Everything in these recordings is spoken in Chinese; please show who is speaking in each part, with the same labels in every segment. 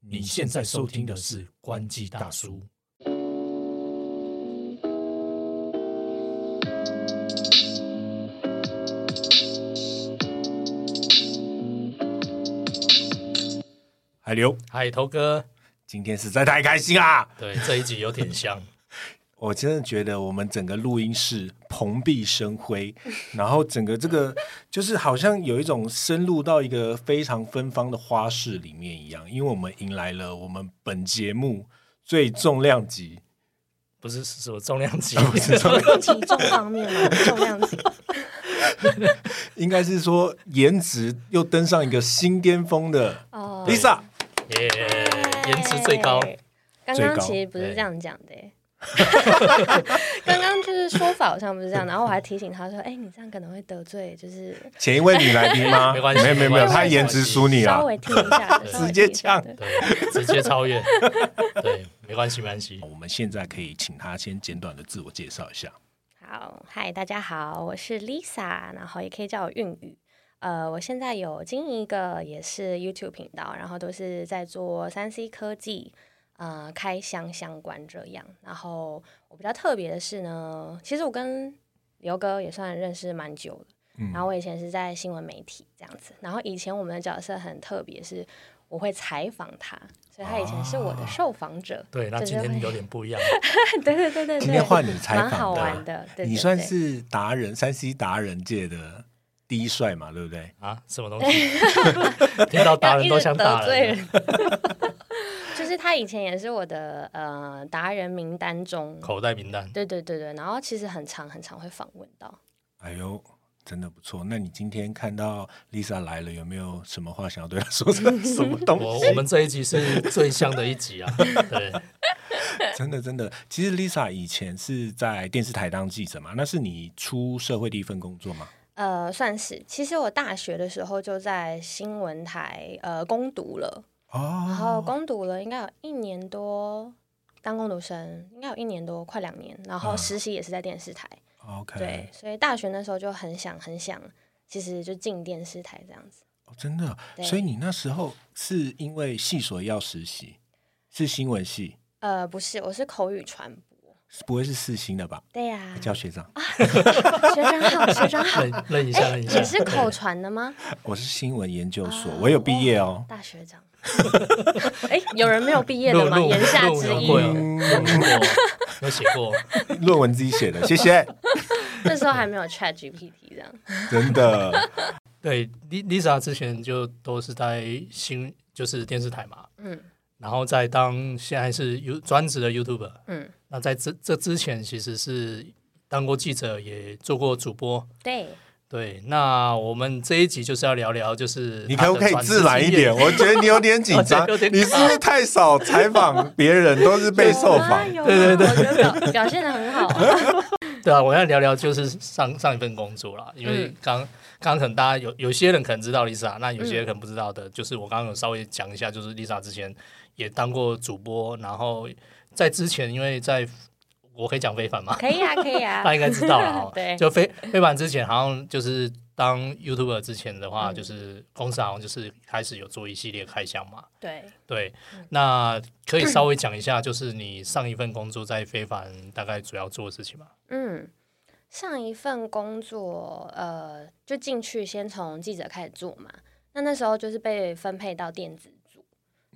Speaker 1: 你现在收听的是《关机大叔》。
Speaker 2: 海流，
Speaker 3: 海头哥，
Speaker 2: 今天实在太开心啊！
Speaker 3: 对这一集有点像，
Speaker 2: 我真的觉得我们整个录音室蓬荜生辉，然后整个这个就是好像有一种深入到一个非常芬芳的花市里面一样，因为我们迎来了我们本节目最重量级，
Speaker 3: 不是是什么重量级，
Speaker 2: 不是重量
Speaker 4: 体重方面 嘛，重量级，
Speaker 2: 应该是说颜值又登上一个新巅峰的
Speaker 4: 哦
Speaker 2: Lisa。
Speaker 3: 耶，颜值最高，
Speaker 4: 刚
Speaker 2: 最
Speaker 4: 刚
Speaker 2: 高
Speaker 4: 其实不是这样讲的、欸， 刚刚就是说法好像不是这样，然后我还提醒他说：“哎、你这样可能会得罪，就是
Speaker 2: 前一位女来宾吗？
Speaker 3: 没关系
Speaker 2: 没没有没
Speaker 3: 没
Speaker 2: 有，
Speaker 3: 关系
Speaker 2: 她颜值输你
Speaker 4: 稍
Speaker 2: 啊！
Speaker 4: 微听 一下的，稍微
Speaker 2: 直接
Speaker 4: 听一下的
Speaker 3: 对，直接超越，对，没关系，没关系，
Speaker 2: 我们现在可以请她先简短的自我介绍一下。
Speaker 4: 好，嗨，大家好，我是 Lisa，然后也可以叫我韵语。呃，我现在有经营一个也是 YouTube 频道，然后都是在做三 C 科技、呃开箱相关这样。然后我比较特别的是呢，其实我跟刘哥也算认识蛮久的，
Speaker 2: 嗯
Speaker 4: 然后我以前是在新闻媒体这样子，然后以前我们的角色很特别，是我会采访他，所以他以前是我
Speaker 2: 啊
Speaker 4: 的受访者。
Speaker 3: 对，那
Speaker 4: 就是
Speaker 3: 今天
Speaker 4: 会
Speaker 3: 有点不一 样，
Speaker 4: 对对对对，
Speaker 2: 今天换你采
Speaker 4: 蛮
Speaker 2: 访
Speaker 4: 好
Speaker 2: 的
Speaker 4: 玩的，对对对
Speaker 2: 你算是达人，山西达人界的第一帅嘛，对不对？
Speaker 3: 啊，什么东西？听到打人都想打
Speaker 4: 要一
Speaker 3: 人
Speaker 4: 直，得罪人。 就是他以前也是我的呃达人名单中，
Speaker 3: 口袋名单，
Speaker 4: 对对对对，然后其实很常很常会访问到。
Speaker 2: 哎呦，真的不错。那你今天看到 Lisa 来了，有没有什么话想要对她说？ 什么东
Speaker 3: 我
Speaker 2: 西？
Speaker 3: 我们这一集是最像的一集啊，对，
Speaker 2: 真的真的，其实 Lisa 以前是在电视台当记者嘛，那是你出社会第一份工作吗？
Speaker 4: 呃，算是。其实我大学的时候就在新闻台呃攻读了，然后
Speaker 2: 哦，
Speaker 4: 攻读了应该有一年多，当攻读生应该有一年多，快两年。然后
Speaker 2: 嗯
Speaker 4: 实习也是在电视台，
Speaker 2: OK，哦
Speaker 3: 哎
Speaker 4: 对，所以大学那时候就很想很想，其实就进电视台这样子。
Speaker 2: 哦真的。
Speaker 4: 对
Speaker 2: 所以你那时候是因为系所要实习，是新闻系，
Speaker 4: 呃，不是，我是口语传播。
Speaker 2: 不会是四星的吧？
Speaker 4: 对呀、
Speaker 2: 叫学长，
Speaker 4: 啊学长好，学 长好。
Speaker 3: 认认一下，
Speaker 4: 哎，
Speaker 3: 认一下，
Speaker 4: 你是
Speaker 3: 对
Speaker 4: 口传的吗？
Speaker 2: 我是新闻研究所，
Speaker 4: 啊
Speaker 2: 我有毕业哦。
Speaker 4: 大学长。 哎，有人没有毕业的吗？
Speaker 3: 录录
Speaker 4: 言下之
Speaker 3: 录有哦
Speaker 4: 意
Speaker 3: 过，有
Speaker 2: 嗯
Speaker 3: 有写过，
Speaker 2: 论文自己写的，谢谢，
Speaker 4: 那时候还没有 Chat GPT 这样。
Speaker 2: 真 的。
Speaker 3: 对，Li-，Lisa 之前就都是在新就是电视台嘛，
Speaker 4: 嗯
Speaker 3: 然后再当现在是 U 专职的 YouTuber。
Speaker 4: 嗯，
Speaker 3: 那在这这之前，其实是当过记者，也做过主播。
Speaker 4: 对，
Speaker 3: 对，那我们这一集就是要聊聊，就是
Speaker 2: 你可不可以
Speaker 3: 她的转职
Speaker 2: 自然一点？
Speaker 3: 经验？
Speaker 2: 我觉得你有点紧张
Speaker 3: 我觉得有，点
Speaker 2: 你是不是太少采访别人，都是被受访？
Speaker 4: 有啊，
Speaker 3: 对
Speaker 4: 对对，我觉得表表现的很 好。
Speaker 3: 对啊，我要聊聊就是上上一份工作啦，因为
Speaker 4: 嗯
Speaker 3: 刚、刚可能大家有有些人可能知道 Lisa，那有些人可能不知道的，就是我刚刚有稍微讲一下，就是 Lisa 之前也当过主播，然后在之前因为在我可以讲非凡吗？
Speaker 4: 可以啊，可以啊。
Speaker 3: 大。家应该知道了哦
Speaker 4: 对
Speaker 3: 就非非凡之前好像就是当 YouTuber 之前的话，
Speaker 4: 嗯
Speaker 3: 就是公司好像就是开始有做一系列开箱嘛。
Speaker 4: 对，
Speaker 3: 对，
Speaker 4: 嗯
Speaker 3: 那可以稍微讲一下，就是你上一份工作在非凡大概主要做的事情吗？
Speaker 4: 嗯，上一份工作，呃，就进去先从记者开始做嘛。那那时候就是被分配到电子组，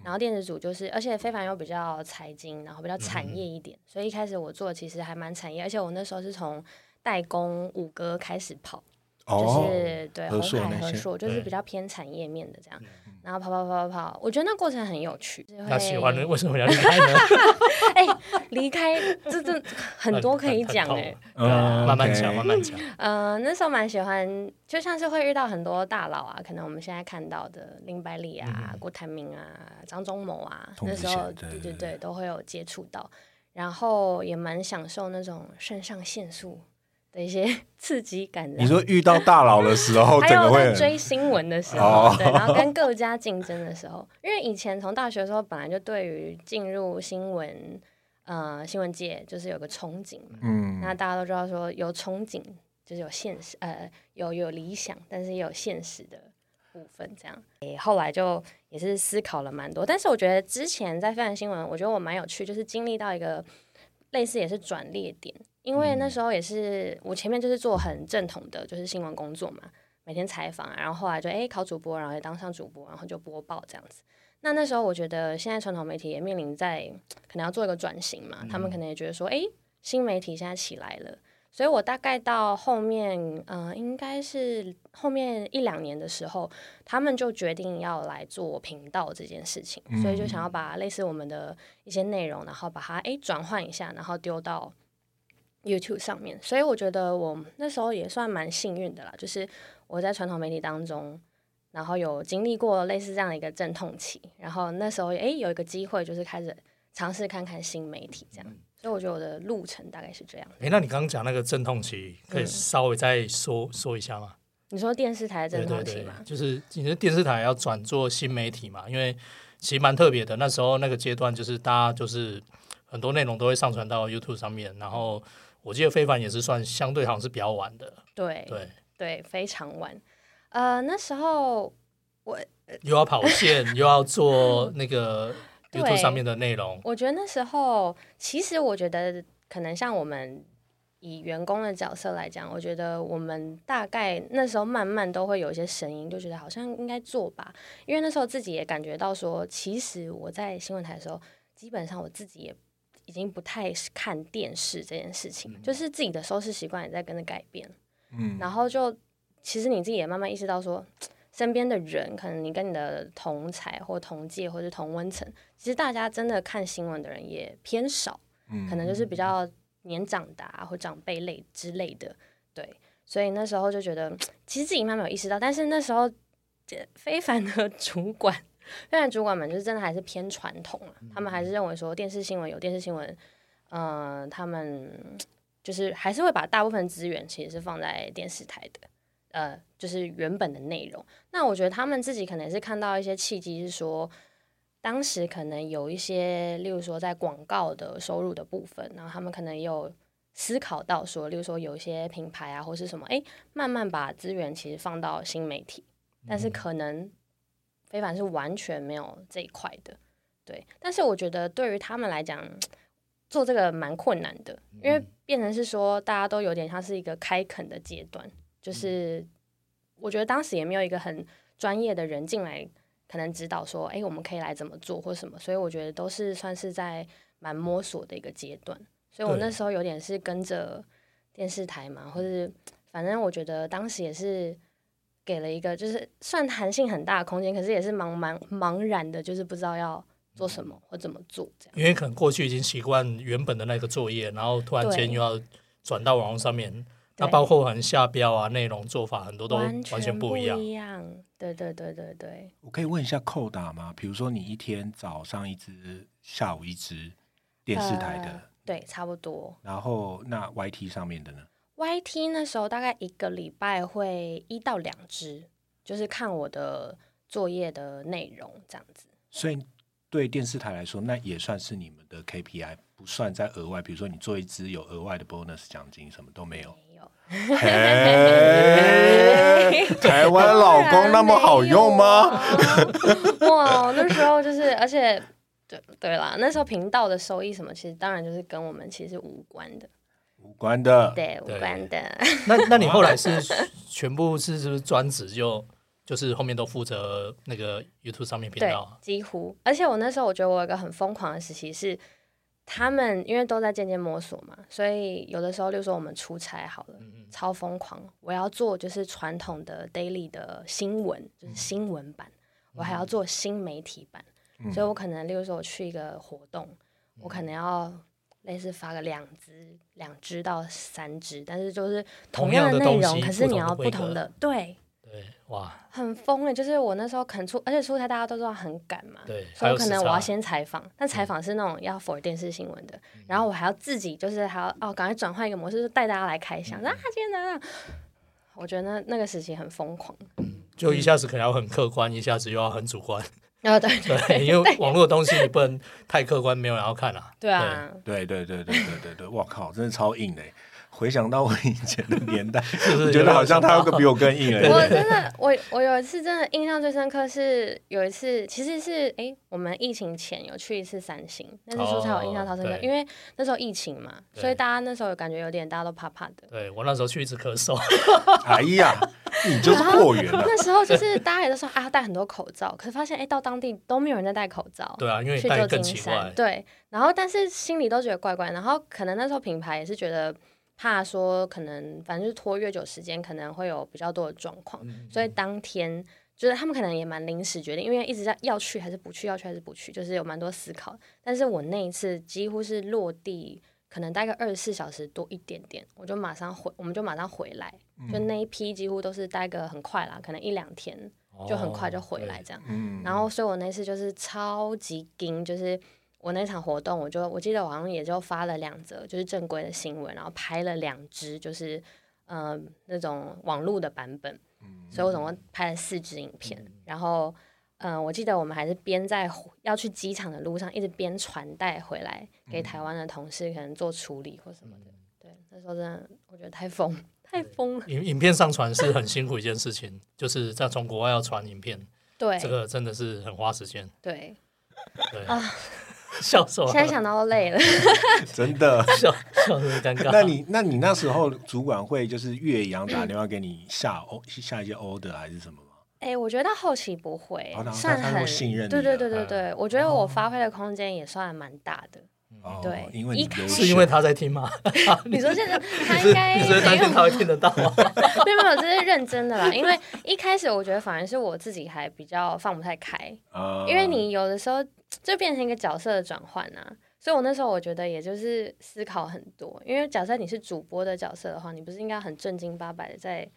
Speaker 4: 然后电子组就是，而且非凡又比较财经，然后比较产业一点，所以一开始我做其实还蛮产业，而且我那时候是从代工五哥开始跑，就是对
Speaker 2: 哦合
Speaker 4: 红
Speaker 2: 硕
Speaker 4: 海
Speaker 2: 那
Speaker 4: 和
Speaker 2: 些
Speaker 4: 硕，就是
Speaker 3: 对
Speaker 4: 比较偏产业面的这样，然后跑跑跑跑跑，我觉得那过程很有趣，就是
Speaker 3: 那喜欢的
Speaker 4: 会
Speaker 3: 为什么要离开呢？
Speaker 4: 哎离开，这这 很多可以讲哎、
Speaker 3: 很很痛啊
Speaker 2: 嗯
Speaker 3: 慢慢
Speaker 2: OK
Speaker 3: 讲，慢慢讲。
Speaker 4: 呃，那时候蛮喜欢，就像是会遇到很多大佬啊，可能我们现在看到的林百里
Speaker 2: 嗯
Speaker 4: 啊、郭台铭啊、张忠谋啊，
Speaker 2: 童
Speaker 4: 那
Speaker 2: 子
Speaker 4: 时候
Speaker 2: 贤对
Speaker 4: 对
Speaker 2: 对
Speaker 4: 对对都会有接触到，然后也蛮享受那种肾上腺素的一些 刺激感的。
Speaker 2: 你说遇到大佬的时候，
Speaker 4: 还
Speaker 2: 整个
Speaker 4: 有
Speaker 2: 会
Speaker 4: 在
Speaker 2: 很
Speaker 4: 追新 闻的时
Speaker 2: 哦
Speaker 4: 候，对，然后跟各家竞争的时候，因为以前从大学的时候，本来就对于进入新闻，呃，新闻界就是有个憧憬嘛，
Speaker 2: 嗯
Speaker 4: 那大家都知道说有憧憬，就是有现实，呃，有有理想，但是也有现实的部分，这样。诶、后来就也是思考了蛮多，但是我觉得之前在非凡新闻，我觉得我蛮有趣，就是经历到一个类似也是转捩点，因为那时候也是我前面就是做很正统的，就是新闻工作嘛，每天采访啊，然后后来就诶考主播，然后也当上主播，然后就播报这样子。那那时候我觉得现在传统媒体也面临在可能要做一个转型嘛，他们可能也觉得说，诶，新媒体现在起来了。所以我大概到后面，呃，应该是后面一两年的时候，他们就决定要来做频道这件事情，所以就想要把类似我们的一些内容，然后把它诶转换一下，然后丢到 YouTube 上面。所以我觉得我那时候也算蛮幸运的啦，就是我在传统媒体当中。然后有经历过类似这样的一个阵痛期，然后那时候诶有一个机会，就是开始尝试看看新媒体这
Speaker 3: 嗯
Speaker 4: 样，所以我觉得我的路程大概是这样。
Speaker 3: 哎、那你刚刚讲那个阵痛期，
Speaker 4: 嗯
Speaker 3: 可以稍微再说、说一下吗？
Speaker 4: 你说电视台的
Speaker 3: 对
Speaker 4: 阵
Speaker 3: 对
Speaker 4: 痛期
Speaker 3: 对
Speaker 4: 吗？，
Speaker 3: 就是你的电视台要转做新媒体嘛，因为其实蛮特别的。那时候那个阶段，就是大家就是很多内容都会上传到 YouTube 上面，然后我记得非凡也是算相对好像是比较晚的，
Speaker 4: 对
Speaker 3: 对，
Speaker 4: 对非常晚。呃，那时候呃
Speaker 3: 又要跑线，又要做那个
Speaker 4: 对
Speaker 3: YouTube 上面的内容，
Speaker 4: 我觉得那时候，其实我觉得可能像我们以员工的角色来讲，我觉得我们大概那时候慢慢都会有一些声音，就觉得好像应该做吧。因为那时候自己也感觉到说，其实我在新闻台的时候，基本上我自己也已经不太看电视这件事情，就是自己的收视习惯也在跟着改变。
Speaker 2: 嗯，
Speaker 4: 然后就其实你自己也慢慢意识到说，身边的人，可能你跟你的同才或同届或是同温层，其实大家真的看新闻的人也偏少，
Speaker 2: 嗯
Speaker 4: 可能就是比较年长的啊或长辈类之类的，对。所以那时候就觉得，其实自己慢慢有意识到，但是那时候呃非凡的 主管，非凡主管们就是真的还是偏传统啊，他们还
Speaker 2: 嗯
Speaker 4: 是认为说电视新闻有电视新闻，呃，他们就是还是会把大部分资源其实是放在电视台的，呃，就是原本的内容。那我觉得他们自己可能也是看到一些契机，是说当时可能有一些，例如说在广告的收入的部分，然后他们可能也有思考到说，例如说有一些品牌啊或是什么，诶，慢慢把资源其实放到新媒体，但是可能非凡是完全没有这一块的，对。但是我觉得对于他们来讲，做这个蛮困难的，因为变成是说大家都有点像是一个开垦的阶段，就是我觉得当时也没有一个很专业的人进来，可能指导说，哎、我们可以来怎么做或什么，所以我觉得都是算是在蛮摸索的一个阶段，所以我
Speaker 3: 对
Speaker 4: 那时候有点是跟着电视台嘛，或是反正我觉得当时也是。给了一个就是算弹性很大的空间，可是也是茫茫茫然的，就是不知道要做什么或怎么做这样。
Speaker 3: 因为可能过去已经习惯原本的那个作业，然后突然间
Speaker 4: 对
Speaker 3: 又要转到网络上面，那
Speaker 4: 对
Speaker 3: 包括很下标啊、内容做法很多都
Speaker 4: 完
Speaker 3: 完
Speaker 4: 全
Speaker 3: 全不一样。
Speaker 4: 一样。对对对对对，
Speaker 2: 我可以问一下扣打吗？比如说你一天早上一支，下午一支电视台的，
Speaker 4: 呃对，差不多。
Speaker 2: 然后那 YT 上面的呢？
Speaker 4: YT 那时候大概一个礼拜会一到两支，就是看我的作业的内容这样子。
Speaker 2: 所以对电视台来说，那也算是你们的 KPI，不算在额外。比如说你做一支有额外的 bonus 奖金，什么都没有。
Speaker 4: 没有，
Speaker 2: 嘿 台湾老公那么好用吗？
Speaker 4: 当然没有啊？ 哇，那时候就是，而且对对啦，那时候频道的收益什么，其实当然就是跟我们其实无关的，
Speaker 2: 无关的，
Speaker 4: 对，无
Speaker 3: 对
Speaker 4: 关的。
Speaker 3: 那那你后来是 全部是是不是专职就就是后面都负责那个 YouTube 上面频
Speaker 4: 对
Speaker 3: 道啊？，
Speaker 4: 几乎。而且我那时候我觉得我有一个很疯狂的时期是，他们因为都在渐渐摸索嘛，所以有的时候，例如说我们出差好了，
Speaker 3: 嗯
Speaker 4: 超疯狂，我要做就是传统的 daily 的新闻，
Speaker 3: 嗯
Speaker 4: 就是新闻版，我还要做新媒体版，所以我可能例如说我去一个活动，我
Speaker 3: 嗯
Speaker 4: 可能要。类似发个两支、两支到三支，但是就是同
Speaker 3: 同
Speaker 4: 样
Speaker 3: 样的
Speaker 4: 的内
Speaker 3: 东
Speaker 4: 容，
Speaker 3: 西
Speaker 4: 可是
Speaker 3: 不同
Speaker 4: 你要
Speaker 3: 的
Speaker 4: 不
Speaker 3: 规
Speaker 4: 同
Speaker 3: 格
Speaker 4: 的对，
Speaker 3: 对，哇，
Speaker 4: 很疯哎、就是我那时候可能出，而且出差大家都知道很赶嘛，
Speaker 3: 对
Speaker 4: 所
Speaker 3: 还
Speaker 4: 以
Speaker 3: 有
Speaker 4: 可
Speaker 3: 时
Speaker 4: 能
Speaker 3: 差嗯
Speaker 4: 我要先采访，但采访是那种要 for 电视新闻的，然后我还要自己就是还要哦，赶快转换一个模式，就带大家来开
Speaker 3: 嗯
Speaker 4: 箱，啊，今天哪哪，我觉得那那个时期很疯 狂，
Speaker 3: 就一下子可能要很客观，一下子又要很主观，
Speaker 4: 啊、对对
Speaker 3: 对，因为网络的东西你不能太客观，没有人要看啊。
Speaker 4: 对啊，
Speaker 2: 对对对对对对对，哇靠，真的超硬的欸。回想到我以前的年 代，
Speaker 3: 是不
Speaker 2: 我
Speaker 3: 是
Speaker 2: 觉得好像他有个比我更硬了一
Speaker 4: 我
Speaker 2: 点。
Speaker 4: 真的，我我有一次真的印象最深刻是有一次，其实是哎、诶我们疫情前有去一次三星，那次出差我印象超深刻，
Speaker 3: 哦对
Speaker 4: 因为那时候疫情嘛，
Speaker 3: 对
Speaker 4: 所以大家那时候有感觉有点大家都怕怕的。
Speaker 3: 对我那时候去一直咳 嗽，
Speaker 2: 哎呀，你就是破员
Speaker 3: 啊
Speaker 2: 了。
Speaker 4: 那时候就是大家也都说啊，戴很多口罩，可是发现哎、诶到当地都没有人在戴口罩。
Speaker 3: 对啊，因为
Speaker 4: 去
Speaker 3: 戴
Speaker 4: 旧
Speaker 3: 更
Speaker 4: 金
Speaker 3: 奇
Speaker 4: 山
Speaker 3: 怪，，
Speaker 4: 对，然后但是心里都觉得怪怪，然后可能那时候品牌也是觉得怕说，可能反正就是拖越久时间，可能会有比较多的状况，
Speaker 3: 嗯
Speaker 4: 所以当天就是他们可能也蛮临时决定，因为一直在要去还是不去，要去还是不去，就是有蛮多思考。但是我那一次几乎是落地，可能大概二十四小时多一点点，我就马上回，我们就马上回来，就
Speaker 3: 嗯
Speaker 4: 那一批几乎都是待个很快啦，可能一两天
Speaker 3: 哦
Speaker 4: 就很快就回来这样。
Speaker 2: 嗯，
Speaker 4: 然后，所以我那次就是超级惊，就是我那场活动，我就我记得我好像也就发了两则，就是正规的新闻，然后拍了两支，就是呃那种网络的版本，所以我总共拍了四支影片，然后。嗯，我记得我们还是边在火要去机场的路上，一直边传带回来给台湾的同事，可能做处理或什么的。对，那时候真的我觉得太疯，太疯了。
Speaker 3: 影影片上传是很辛苦一件事情，就是在从国外要传影片，
Speaker 4: 对
Speaker 3: 这个真的是很花时间。
Speaker 4: 对，
Speaker 3: 对，笑死我了，
Speaker 4: 啊现在想到都 累了。
Speaker 2: 真的。
Speaker 3: 笑笑得很尴尬。
Speaker 2: 那你那你那时候主管会就是岳阳打电话给你下欧下一些 order 还是什么吗？
Speaker 4: 哎、我觉得到后期不会，
Speaker 2: 哦然后
Speaker 4: 算
Speaker 2: 他他会
Speaker 4: 很
Speaker 2: 信任你
Speaker 4: 对对
Speaker 2: 了
Speaker 4: 对对
Speaker 3: 嗯
Speaker 4: 对，我觉得我发挥的空间也算蛮大的。
Speaker 2: 哦，
Speaker 4: 对
Speaker 2: 因为你
Speaker 4: 一开
Speaker 2: 留
Speaker 3: 嗯
Speaker 4: 始
Speaker 3: 是因为他在听吗？
Speaker 4: 你说 现在他
Speaker 3: 你是
Speaker 4: 应该
Speaker 3: 你是担
Speaker 4: 没有
Speaker 3: 心他会听得到吗？
Speaker 4: 没有没有，这是认真的啦。因为一开始我觉得反而是我自己还比较放不太开，
Speaker 2: 啊
Speaker 4: 因为你有的时候就变成一个角色的转换啊。所以我那时候我觉得也就是思考很多，因为假设你是主播的角色的话，你不是应该很正经八百的在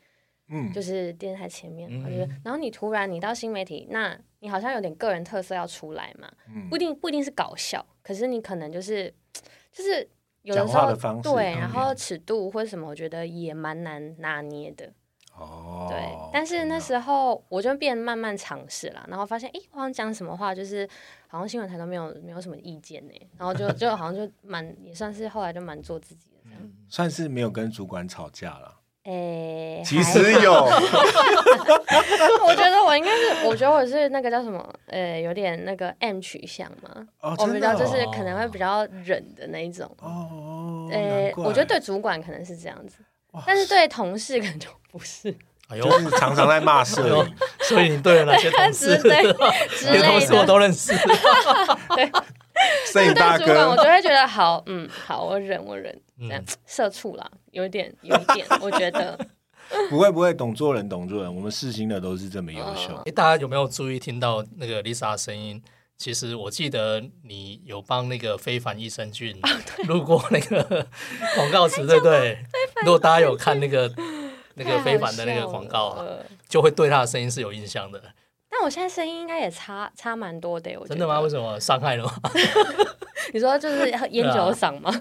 Speaker 2: 嗯
Speaker 4: 就是电视台前面，
Speaker 3: 嗯
Speaker 4: 或者是然后你突然你到新媒体，那你好像有点个人特色要出来嘛，
Speaker 2: 嗯
Speaker 4: 不一定不一定是搞笑，可是你可能就是就是有
Speaker 2: 讲
Speaker 4: 时
Speaker 2: 话
Speaker 4: 候
Speaker 2: 的方式
Speaker 4: 对，
Speaker 2: 嗯
Speaker 4: 然后尺度或者什么，我觉得也蛮难拿捏的，
Speaker 2: 哦，
Speaker 4: 对。但是那
Speaker 2: 天
Speaker 4: 时候我就变慢慢尝试啦，然后发现诶，我好像讲什么话就是好像新闻台都没有没有什么意见呢、然后就就好像就蛮也算是后来就蛮做自己的这样，
Speaker 2: 哪算是没有跟主管吵架了。
Speaker 4: 诶、
Speaker 2: 其
Speaker 4: 还
Speaker 2: 实有，
Speaker 4: 我觉得我应该是，我觉得我是那个叫什么，呃，有点那个 M 取向嘛，
Speaker 2: 哦
Speaker 4: 我
Speaker 2: 真
Speaker 4: 比
Speaker 2: 的
Speaker 4: 较
Speaker 2: 哦
Speaker 4: 就是可能会比较忍的那一种。
Speaker 2: 哦，
Speaker 4: 呃
Speaker 2: 难，怪
Speaker 4: 我觉得对主管可能是这样子，但是对同事可能就不是
Speaker 3: 哎呦
Speaker 2: 就，是常常在骂摄
Speaker 3: 哎呦
Speaker 2: 影，
Speaker 3: 所以你对了哪些同
Speaker 4: 之
Speaker 3: 事？
Speaker 4: 类 之
Speaker 3: 连同
Speaker 4: 类
Speaker 3: 事我哎
Speaker 4: 的。
Speaker 3: 都认识。
Speaker 2: 摄影大
Speaker 4: 对主管，我
Speaker 2: 哥
Speaker 4: 就会觉得好，嗯，好，我忍，我忍，这样
Speaker 3: 嗯
Speaker 4: 社畜啦，有一点，有一点，我觉得
Speaker 2: 不会不会，懂做人懂做人，我们世新的都是这么优秀
Speaker 4: 嗯。
Speaker 3: 诶大家有没有注意听到那个 Lisa 的声音？其实我记得你有帮那个非凡益生菌
Speaker 4: 啊
Speaker 3: 录过那 个广告
Speaker 4: 哎
Speaker 3: 词，对不对？如果大家有看那个 那个非凡的那个广告
Speaker 4: 太好
Speaker 3: 啊，
Speaker 4: 笑了
Speaker 3: 就会对他的声音是有印象的。
Speaker 4: 但我现在声音应该也差差蛮多的，我觉得
Speaker 3: 真的吗？为什么啊伤害了吗？
Speaker 4: 你说就是烟酒嗓吗？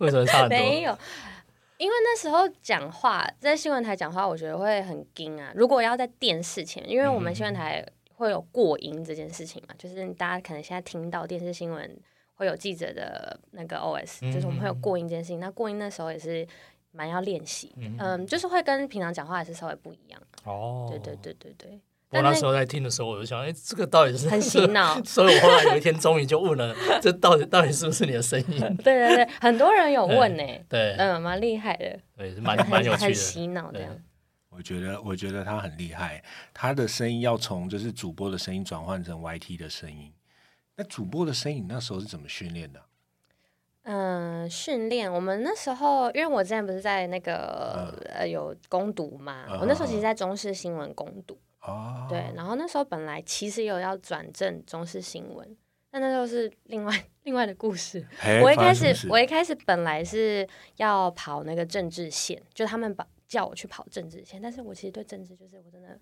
Speaker 3: 为什么差很多？
Speaker 4: 没有，因为那时候讲话在新闻台讲话，我觉得会很惊啊。如果要在电视前，因为我们新
Speaker 3: 嗯
Speaker 4: 闻台会有过音这件事情嘛，就是大家可能现在听到电视新闻会有记者的那个 OS，、
Speaker 3: 嗯
Speaker 4: 就是我们会有过音这件事情。那过音那时候也是蛮要练习，
Speaker 3: 嗯
Speaker 4: 嗯就是会跟平常讲话还是稍微不一样。
Speaker 3: 哦
Speaker 4: 对对。对对对，
Speaker 3: 我
Speaker 4: 但
Speaker 3: 那
Speaker 4: 那
Speaker 3: 时候在听的时候，我就想，哎、这个到底是
Speaker 4: 很洗脑
Speaker 3: 所以我后来有一天终于就问了，这到底到底是不是你的声音？
Speaker 4: 对对对，很多人有问呢、
Speaker 3: 对，
Speaker 4: 嗯，蛮厉害的，
Speaker 3: 对，是蛮蛮有
Speaker 4: 很
Speaker 3: 趣
Speaker 4: 很
Speaker 3: 的。
Speaker 4: 洗脑这
Speaker 3: 对
Speaker 4: 样。
Speaker 2: 我觉得我觉得他很厉害，他的声音要从就是主播的声音转换成 YT 的声音。那主播的声音你那时候是怎么训练的？
Speaker 4: 嗯，训练我们那时候，因为我之前不是在那个、呃有攻读嘛，
Speaker 2: 嗯
Speaker 4: 我那时候其
Speaker 2: 嗯
Speaker 4: 实在中视新闻攻读，
Speaker 2: 哦，
Speaker 4: 对，然后那时候本来其实也有要转正中视新闻，但那时候是另外 另外的故事。
Speaker 2: 嘿
Speaker 4: 我一开
Speaker 2: 哎发生什么
Speaker 4: 始
Speaker 2: 事
Speaker 4: 我一开始本来是要跑那个政治线，就他们把叫我去跑政治线，但是我其实对政治就是我真的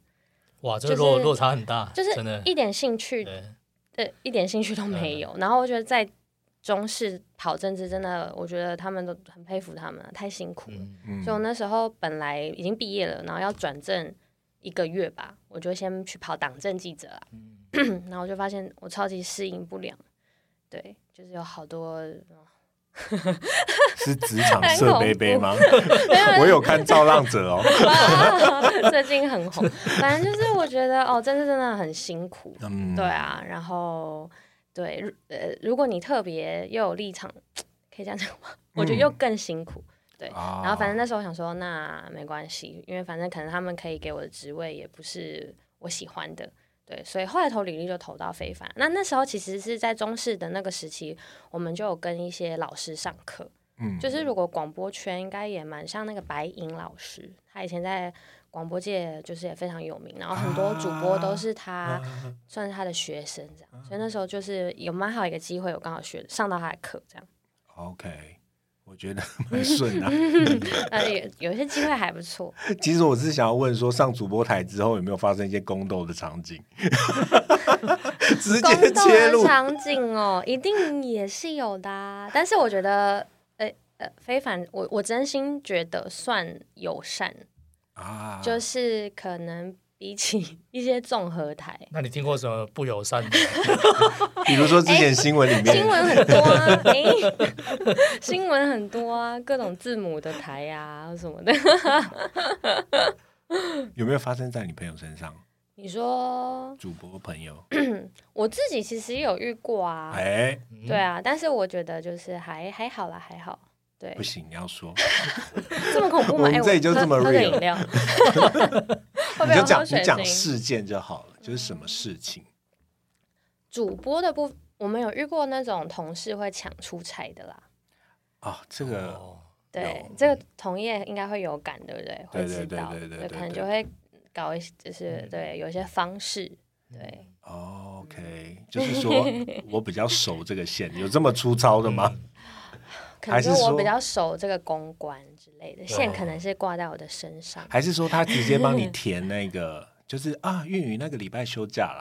Speaker 3: 哇，这个
Speaker 4: 就是
Speaker 3: 落落差很大，
Speaker 4: 就是
Speaker 3: 真的。
Speaker 4: 一点兴趣
Speaker 3: 对，
Speaker 4: 对，一点兴趣都没有。然后我觉得在中视跑政治真的，我觉得他们都很佩服他们、啊，太辛苦了。
Speaker 3: 嗯，
Speaker 2: 嗯
Speaker 4: 所以我那时候本来已经毕业了，然后要转正一个月吧，我就先去跑党政记者啊。 然后我就发现我超级适应不良，对，就是有好多、呃
Speaker 2: 是职场色杯杯吗？
Speaker 4: 没
Speaker 5: 我有看《造浪者》哦，
Speaker 4: 有，最近很红。反正就是我觉得哦，这次真的很辛苦，
Speaker 2: 嗯，
Speaker 4: 对，啊。然后对，如呃，如果你特别又有立场，可以这样讲吗？我觉得又更辛苦。对，
Speaker 2: 嗯啊
Speaker 4: 然后反正那时候想说，那没关系，因为反正可能他们可以给我的职位也不是我喜欢的，对，所以后来投履历就投到非凡。那那时候其实是在中视的那个时期，我们就有跟一些老师上课，
Speaker 2: 嗯
Speaker 4: 就是如果广播圈应该也蛮像那个白银老师，他以前在广播界就是也非常有名，然后很多主播
Speaker 2: 啊
Speaker 4: 都是他，
Speaker 2: 嗯
Speaker 4: 算是他的学生这样，所以那时候就是有蛮好一个机会，我刚好学上到他的课这样。
Speaker 2: OK，我觉得 蛮顺的啊。
Speaker 4: 呃，有有一些机会还不错，
Speaker 2: 其实我是想要问说，上主播台之后有没有发生一些宫斗的场景？ 直
Speaker 4: 宫
Speaker 2: 接
Speaker 4: 斗
Speaker 2: 切
Speaker 4: 的
Speaker 2: 入，
Speaker 4: 场景哦，一定也是有的、啊。但是我觉得，呃呃，非凡，我我真心觉得算友善，
Speaker 2: 啊
Speaker 4: 就是可能比起 一些综合台。
Speaker 3: 那你听过什么不友善的？
Speaker 2: 比如说之前新闻里面
Speaker 4: 哎新，闻很多啊，诶， 新闻很多啊，各种字母的台啊什么的。
Speaker 2: 有没有发生在你朋友身上？
Speaker 4: 你说
Speaker 2: 主播朋友，
Speaker 4: 嗯我自己其实也有遇过啊，
Speaker 2: 哎，
Speaker 4: 对啊，但是我觉得就是还还好啦，还好。对
Speaker 2: 不，行，你要 说，
Speaker 4: 这 么恐怖吗？
Speaker 2: 我
Speaker 4: 哎
Speaker 2: 们这里就
Speaker 4: 喝
Speaker 2: 这么
Speaker 4: 喝个
Speaker 2: real
Speaker 4: 饮料，会不
Speaker 2: 你
Speaker 4: 会
Speaker 2: 就讲
Speaker 4: 有喝
Speaker 2: 你
Speaker 4: 水
Speaker 2: 讲
Speaker 4: 声音
Speaker 2: 事件就好了，就是什么事情
Speaker 4: 主播的部分，我们有遇过那种同事会抢出差的啦。
Speaker 2: 啊？这
Speaker 4: 呃
Speaker 2: 个
Speaker 3: 哦，
Speaker 4: 对
Speaker 2: 有，
Speaker 4: 这个同业应该会有感，对不对？
Speaker 2: 对
Speaker 4: 会知
Speaker 2: 对
Speaker 4: 道，
Speaker 2: 对对对对
Speaker 4: 可能
Speaker 2: 对嗯
Speaker 4: 就会搞一些，就是对有一些方式，对，
Speaker 2: 哦 OK，就是说我比较熟这个线，有这么粗糙的吗？
Speaker 4: 可
Speaker 2: 还是
Speaker 4: 能就我
Speaker 2: 说哦
Speaker 4: 比较熟这个公关之类的，线可能是挂在我的身上。
Speaker 2: 还是说他直接帮你填那 个？就是啊，韵宇那个礼拜休假了，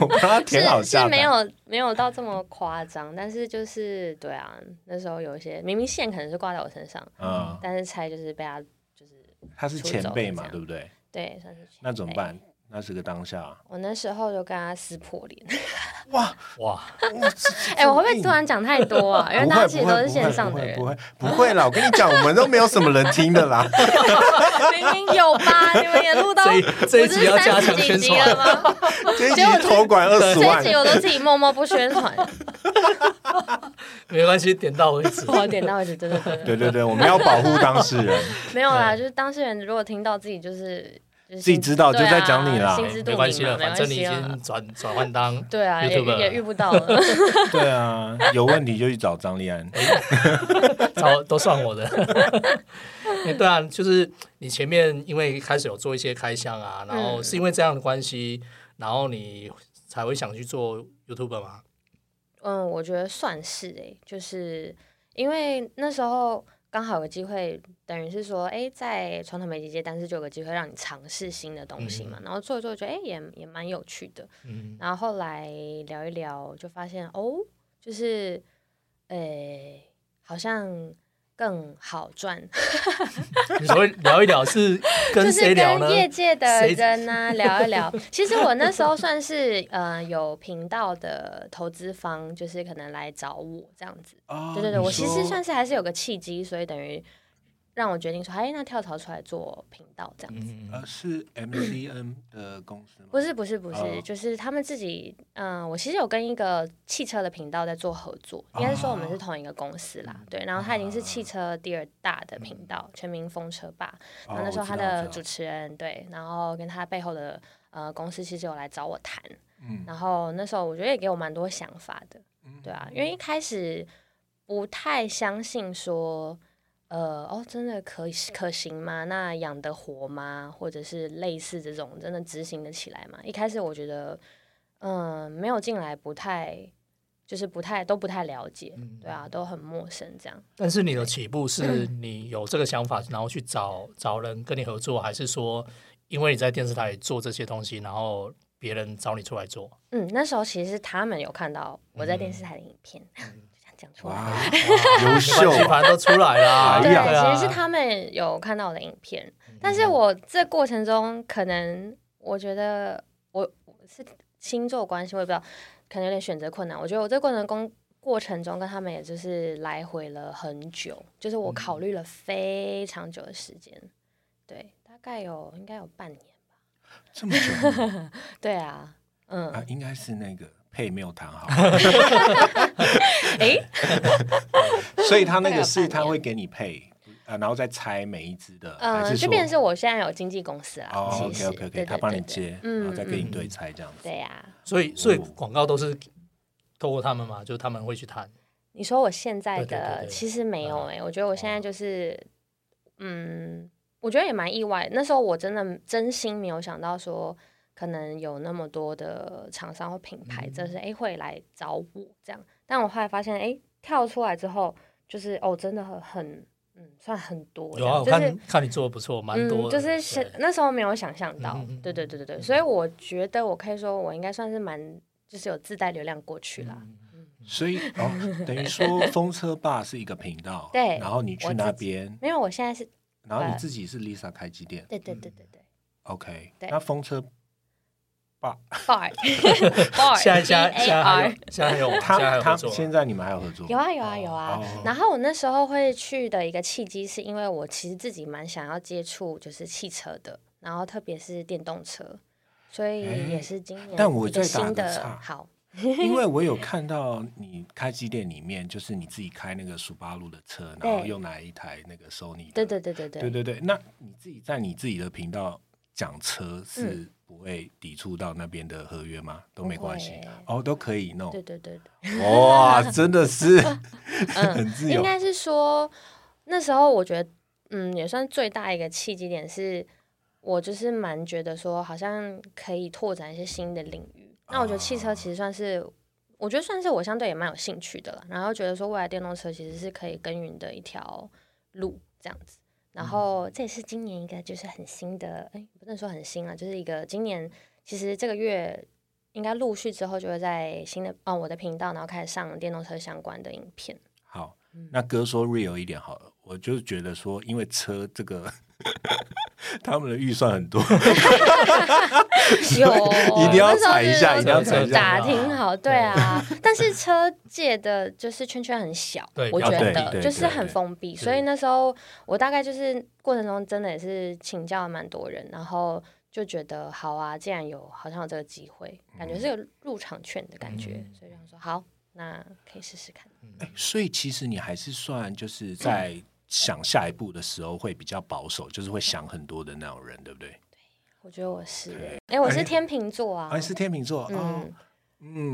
Speaker 2: 我帮他
Speaker 4: 是
Speaker 2: 填好假
Speaker 4: 是
Speaker 2: 单。
Speaker 4: 没有没有到这么夸张，但是就是对啊，那时候有一些明明线可能是挂在我身上，
Speaker 2: 嗯，
Speaker 4: 但是猜就是被他就是
Speaker 2: 他是前辈嘛，
Speaker 4: 出
Speaker 2: 对
Speaker 4: 走的这样
Speaker 2: 不对？
Speaker 4: 对算是前
Speaker 2: 那怎么
Speaker 4: 辈？
Speaker 2: 办？那是个当下，
Speaker 4: 我那时候就跟他撕破 脸，
Speaker 2: 哇！
Speaker 3: 哇，
Speaker 4: 哎、我会不会突然讲太多啊？因为
Speaker 2: 不
Speaker 4: 大家
Speaker 2: 会
Speaker 4: 其
Speaker 2: 不
Speaker 4: 实都
Speaker 2: 会
Speaker 4: 是
Speaker 2: 不
Speaker 4: 线
Speaker 2: 会
Speaker 4: 上
Speaker 2: 不
Speaker 4: 的
Speaker 2: 会
Speaker 4: 人，
Speaker 2: 不会不会啦！我跟你讲，我们都没有什么人听的 啦。
Speaker 4: 明明有吧？你们也录到
Speaker 3: 这一这一
Speaker 4: 不
Speaker 3: 集
Speaker 4: 是
Speaker 3: 要加
Speaker 4: 三
Speaker 3: 强
Speaker 4: 十
Speaker 3: 宣
Speaker 4: 几集了
Speaker 3: 传，
Speaker 4: 吗？
Speaker 2: 这一集
Speaker 4: 结果
Speaker 2: 投管二十
Speaker 4: 这
Speaker 2: 万
Speaker 4: 一集，我都自己默默不宣 传，
Speaker 3: 没关系，点到为止。
Speaker 4: 我点到为止，真的真的
Speaker 2: 对对对，我们要保护当事 人，
Speaker 4: 没有啦。就是当事人如果听到自己就是就是
Speaker 2: 自己知道
Speaker 4: 对啊
Speaker 2: 就在讲你啦
Speaker 4: 心知
Speaker 3: 没
Speaker 4: 肚
Speaker 3: 哎没
Speaker 4: 明
Speaker 3: 关系
Speaker 4: 嘛
Speaker 3: 了，
Speaker 4: 没
Speaker 3: 反正
Speaker 4: 关
Speaker 3: 你已
Speaker 4: 系啊
Speaker 3: 经转转换当
Speaker 4: 对啊，也
Speaker 3: YouTuber
Speaker 4: 也遇不到了。
Speaker 2: 对啊，有问题就去找张立安。
Speaker 3: 找都算我的。 欸对啊，就是你前面因为开始有做一些开箱啊，然后是因为这样的关系，然后你才会想去做 YouTube 嘛。
Speaker 4: 嗯，我觉得算是诶、就是因为那时候刚好有个机会，等于是说，诶、在传统媒体界，但是就有个机会让你尝试新的东西嘛，然后做一做，觉得诶、也也蛮有趣的。
Speaker 3: 嗯，
Speaker 4: 然后后来聊一聊，就发现哦，就是诶、好像更好赚，
Speaker 3: 你所谓聊一聊是
Speaker 4: 就
Speaker 3: 跟
Speaker 4: 是
Speaker 3: 谁聊呢
Speaker 4: 跟？业界的
Speaker 3: 谁
Speaker 4: 人啊聊一聊。其实我那时候算是呃有频道的投资方，就是可能来找我这样子。
Speaker 2: 哦
Speaker 4: 对对对，
Speaker 2: 你
Speaker 4: 我其
Speaker 2: 说
Speaker 4: 实算是还是有个契机，所以等于让我决定说，哎，那跳槽出来做频道这样子。
Speaker 3: 嗯，
Speaker 2: 呃是 MCN 的公司吗？
Speaker 4: 不是不是不是，
Speaker 2: 哦
Speaker 4: 就是他们自己，嗯、我其实有跟一个汽车的频道在做合作，应该是说我
Speaker 2: 哦
Speaker 4: 们是同一个公司
Speaker 2: 嗯
Speaker 4: 啦，对，然后他已经是
Speaker 2: 啊
Speaker 4: 汽车第二大的频道，全民风车霸，然
Speaker 2: 哦
Speaker 4: 后那时候他的主持人对，然后跟他背后的呃公司其实有来找我谈，
Speaker 2: 嗯
Speaker 4: 然后那时候我觉得也给我蛮多想法的，对啊，因为一开始不太相信说，呃，哦，真的可以可行吗？那养得活吗？或者是类似这种真的执行得起来吗？一开始我觉得，嗯、没有进来不太，就是不太都不太了解，对啊，都很陌生这样。
Speaker 3: 但是你的起步是
Speaker 4: 嗯
Speaker 3: 你有这个想法，然后去找找人跟你合作，还是说因为你在电视台做这些东西，然后别人找你出来做？
Speaker 4: 嗯，那时候其实是他们有看到我在电视台的影片， 就这样讲出来。
Speaker 2: 哇，哦
Speaker 3: 优
Speaker 2: 秀啊
Speaker 3: 反正都出来啦。
Speaker 2: 哎
Speaker 4: 对，
Speaker 2: 呀
Speaker 3: 啊
Speaker 4: 其实是他们有看到我的影片，
Speaker 2: 嗯
Speaker 4: 但是我这过程中可能我觉得我我是星座关系，我也不知道，可能有点选择困难。我觉得我这过程中过程中跟他们也就是来回了很久，就是我
Speaker 2: 嗯
Speaker 4: 考虑了非常久的时间，对，大概有应该有半年，
Speaker 2: 这么久
Speaker 4: 对啊，嗯，
Speaker 2: 啊，应该是那个配没有谈好，
Speaker 4: 诶，
Speaker 2: 所以他那
Speaker 4: 大概有
Speaker 2: 个是
Speaker 4: 半
Speaker 2: 他
Speaker 4: 年
Speaker 2: 会给你配啊，然后再拆每一只的，还
Speaker 4: 嗯，
Speaker 2: 是
Speaker 4: 就
Speaker 2: 说
Speaker 4: 变成是我现在有经纪公司啦，
Speaker 2: 哦
Speaker 4: 其
Speaker 2: ，OK
Speaker 4: 实
Speaker 2: OK
Speaker 4: 对
Speaker 2: OK，
Speaker 4: 对
Speaker 2: 他帮你
Speaker 4: 对对
Speaker 2: 接，
Speaker 4: 嗯
Speaker 2: 然后再跟你
Speaker 3: 嗯
Speaker 2: 对拆这样子。
Speaker 4: 对呀、
Speaker 3: 所以所以
Speaker 2: 哦
Speaker 3: 广告都是透过他们嘛，就是他们会去谈。
Speaker 4: 你说我现在
Speaker 3: 对对对
Speaker 4: 的
Speaker 3: 对
Speaker 4: 其实没有
Speaker 3: 嗯
Speaker 4: 哎、我觉得我现在就是，嗯，我觉得也蛮意外。那时候我真的真心没有想到说，可能有那么多的厂商或品牌，真是
Speaker 3: 嗯
Speaker 4: 哎、诶会来找我这样。但我后来发现，哎、跳出来之后，就是哦，真的很很嗯，算很多这
Speaker 3: 有
Speaker 4: 样，
Speaker 3: 啊，我
Speaker 4: 就是
Speaker 3: 看看你做的不错，蛮多
Speaker 4: 嗯，
Speaker 3: 的。
Speaker 4: 就是想
Speaker 3: 对
Speaker 4: 那时候没有想象到
Speaker 3: 嗯嗯嗯，
Speaker 4: 对对对对对，所以我觉得我可以说我应该算是蛮就是有自带流量过
Speaker 3: 嗯
Speaker 4: 去啦，
Speaker 2: 所以哦，等于说风车坝是一个频道，
Speaker 4: 对
Speaker 2: 然后你
Speaker 4: 我
Speaker 2: 去
Speaker 4: 自
Speaker 2: 那
Speaker 4: 己
Speaker 2: 边，
Speaker 4: 没有，我现在是
Speaker 2: 然后
Speaker 4: 呃
Speaker 2: 你自己是 Lisa 开机店
Speaker 4: 对对对
Speaker 3: 嗯
Speaker 4: 对对
Speaker 2: ，OK，
Speaker 4: 对
Speaker 2: 那风车
Speaker 4: ，bar bar，
Speaker 3: 现在现在
Speaker 4: B A
Speaker 3: 现在还有现在还有现在还
Speaker 4: R
Speaker 2: 他
Speaker 3: 有
Speaker 2: 他
Speaker 3: 合作吗，
Speaker 2: 现在你们还有合作？
Speaker 4: 有，啊有啊有啊
Speaker 2: 哦，
Speaker 4: 然后我那时候会去的一个契机，是因为我其实自己蛮想要接触就是汽车的，然后特别是电动车，所以
Speaker 2: 诶
Speaker 4: 也是今年
Speaker 2: 但我
Speaker 4: 一个
Speaker 2: 再打
Speaker 4: 新
Speaker 2: 个
Speaker 4: 的
Speaker 2: 岔
Speaker 4: 好，
Speaker 2: 因 为我有看到你开机店里面，就是你自己开那个苏巴路的车，然后
Speaker 4: 对
Speaker 2: 又拿一台那个 Sony 的，
Speaker 4: 对对对对
Speaker 2: 对对对那你自己在你自己的频道讲车是
Speaker 4: 嗯
Speaker 2: 不会抵触到那边的合约吗？都没
Speaker 4: 不会
Speaker 2: 关系
Speaker 4: 欸，
Speaker 2: 哦，都可以弄
Speaker 4: 对。对对。
Speaker 2: 哇，真的是 很
Speaker 4: 嗯，
Speaker 2: 自由
Speaker 4: 应该是说那时候我觉得，嗯，也算最大一个契机点是，我就是蛮觉得说好像可以拓展一些新的领域。那我觉得汽车其实算是，我觉得算是我相对也蛮有兴趣的了。然后觉得说未来电动车其实是可以耕耘的一条路，这样子。然
Speaker 2: 嗯
Speaker 4: 后这也是今年一个就是很新的，哎，不能说很新啊，就是一个今年其实这个月应该陆续之后就会在新的哦我的频道，然后开始上电动车相关的影片。
Speaker 2: 好。
Speaker 4: 嗯
Speaker 2: 那哥说 real 一点好了，我就觉得说，因为车这个 他们的预算很多，
Speaker 4: 有，
Speaker 2: 一定要
Speaker 4: 那时候
Speaker 2: 踩一下
Speaker 4: 是
Speaker 2: 一定要
Speaker 3: 踩一下
Speaker 4: 打听好，对啊。但是车界的就是圈圈很小
Speaker 3: 对，
Speaker 4: 我觉
Speaker 2: 比较
Speaker 4: 得
Speaker 2: 对
Speaker 4: 就是
Speaker 2: 对
Speaker 4: 很
Speaker 2: 对
Speaker 4: 封闭，
Speaker 3: 是
Speaker 4: 所以那时候我大概就是过程中真的也是请教了蛮多人，然后就觉得好啊，既然有好像有这个机会，感
Speaker 2: 嗯
Speaker 4: 觉是有入场券的感觉，所以就想说好，那可以试试看。
Speaker 2: 哎所以其实你还是算就是在想下一步的时候会比较保守，就是会想很多的那种人，对不对？
Speaker 4: 我觉得我是
Speaker 2: 对，
Speaker 4: 哎，我是
Speaker 2: 哎
Speaker 4: 天秤座啊
Speaker 2: 啊，，你是天秤座，哦
Speaker 4: 嗯，，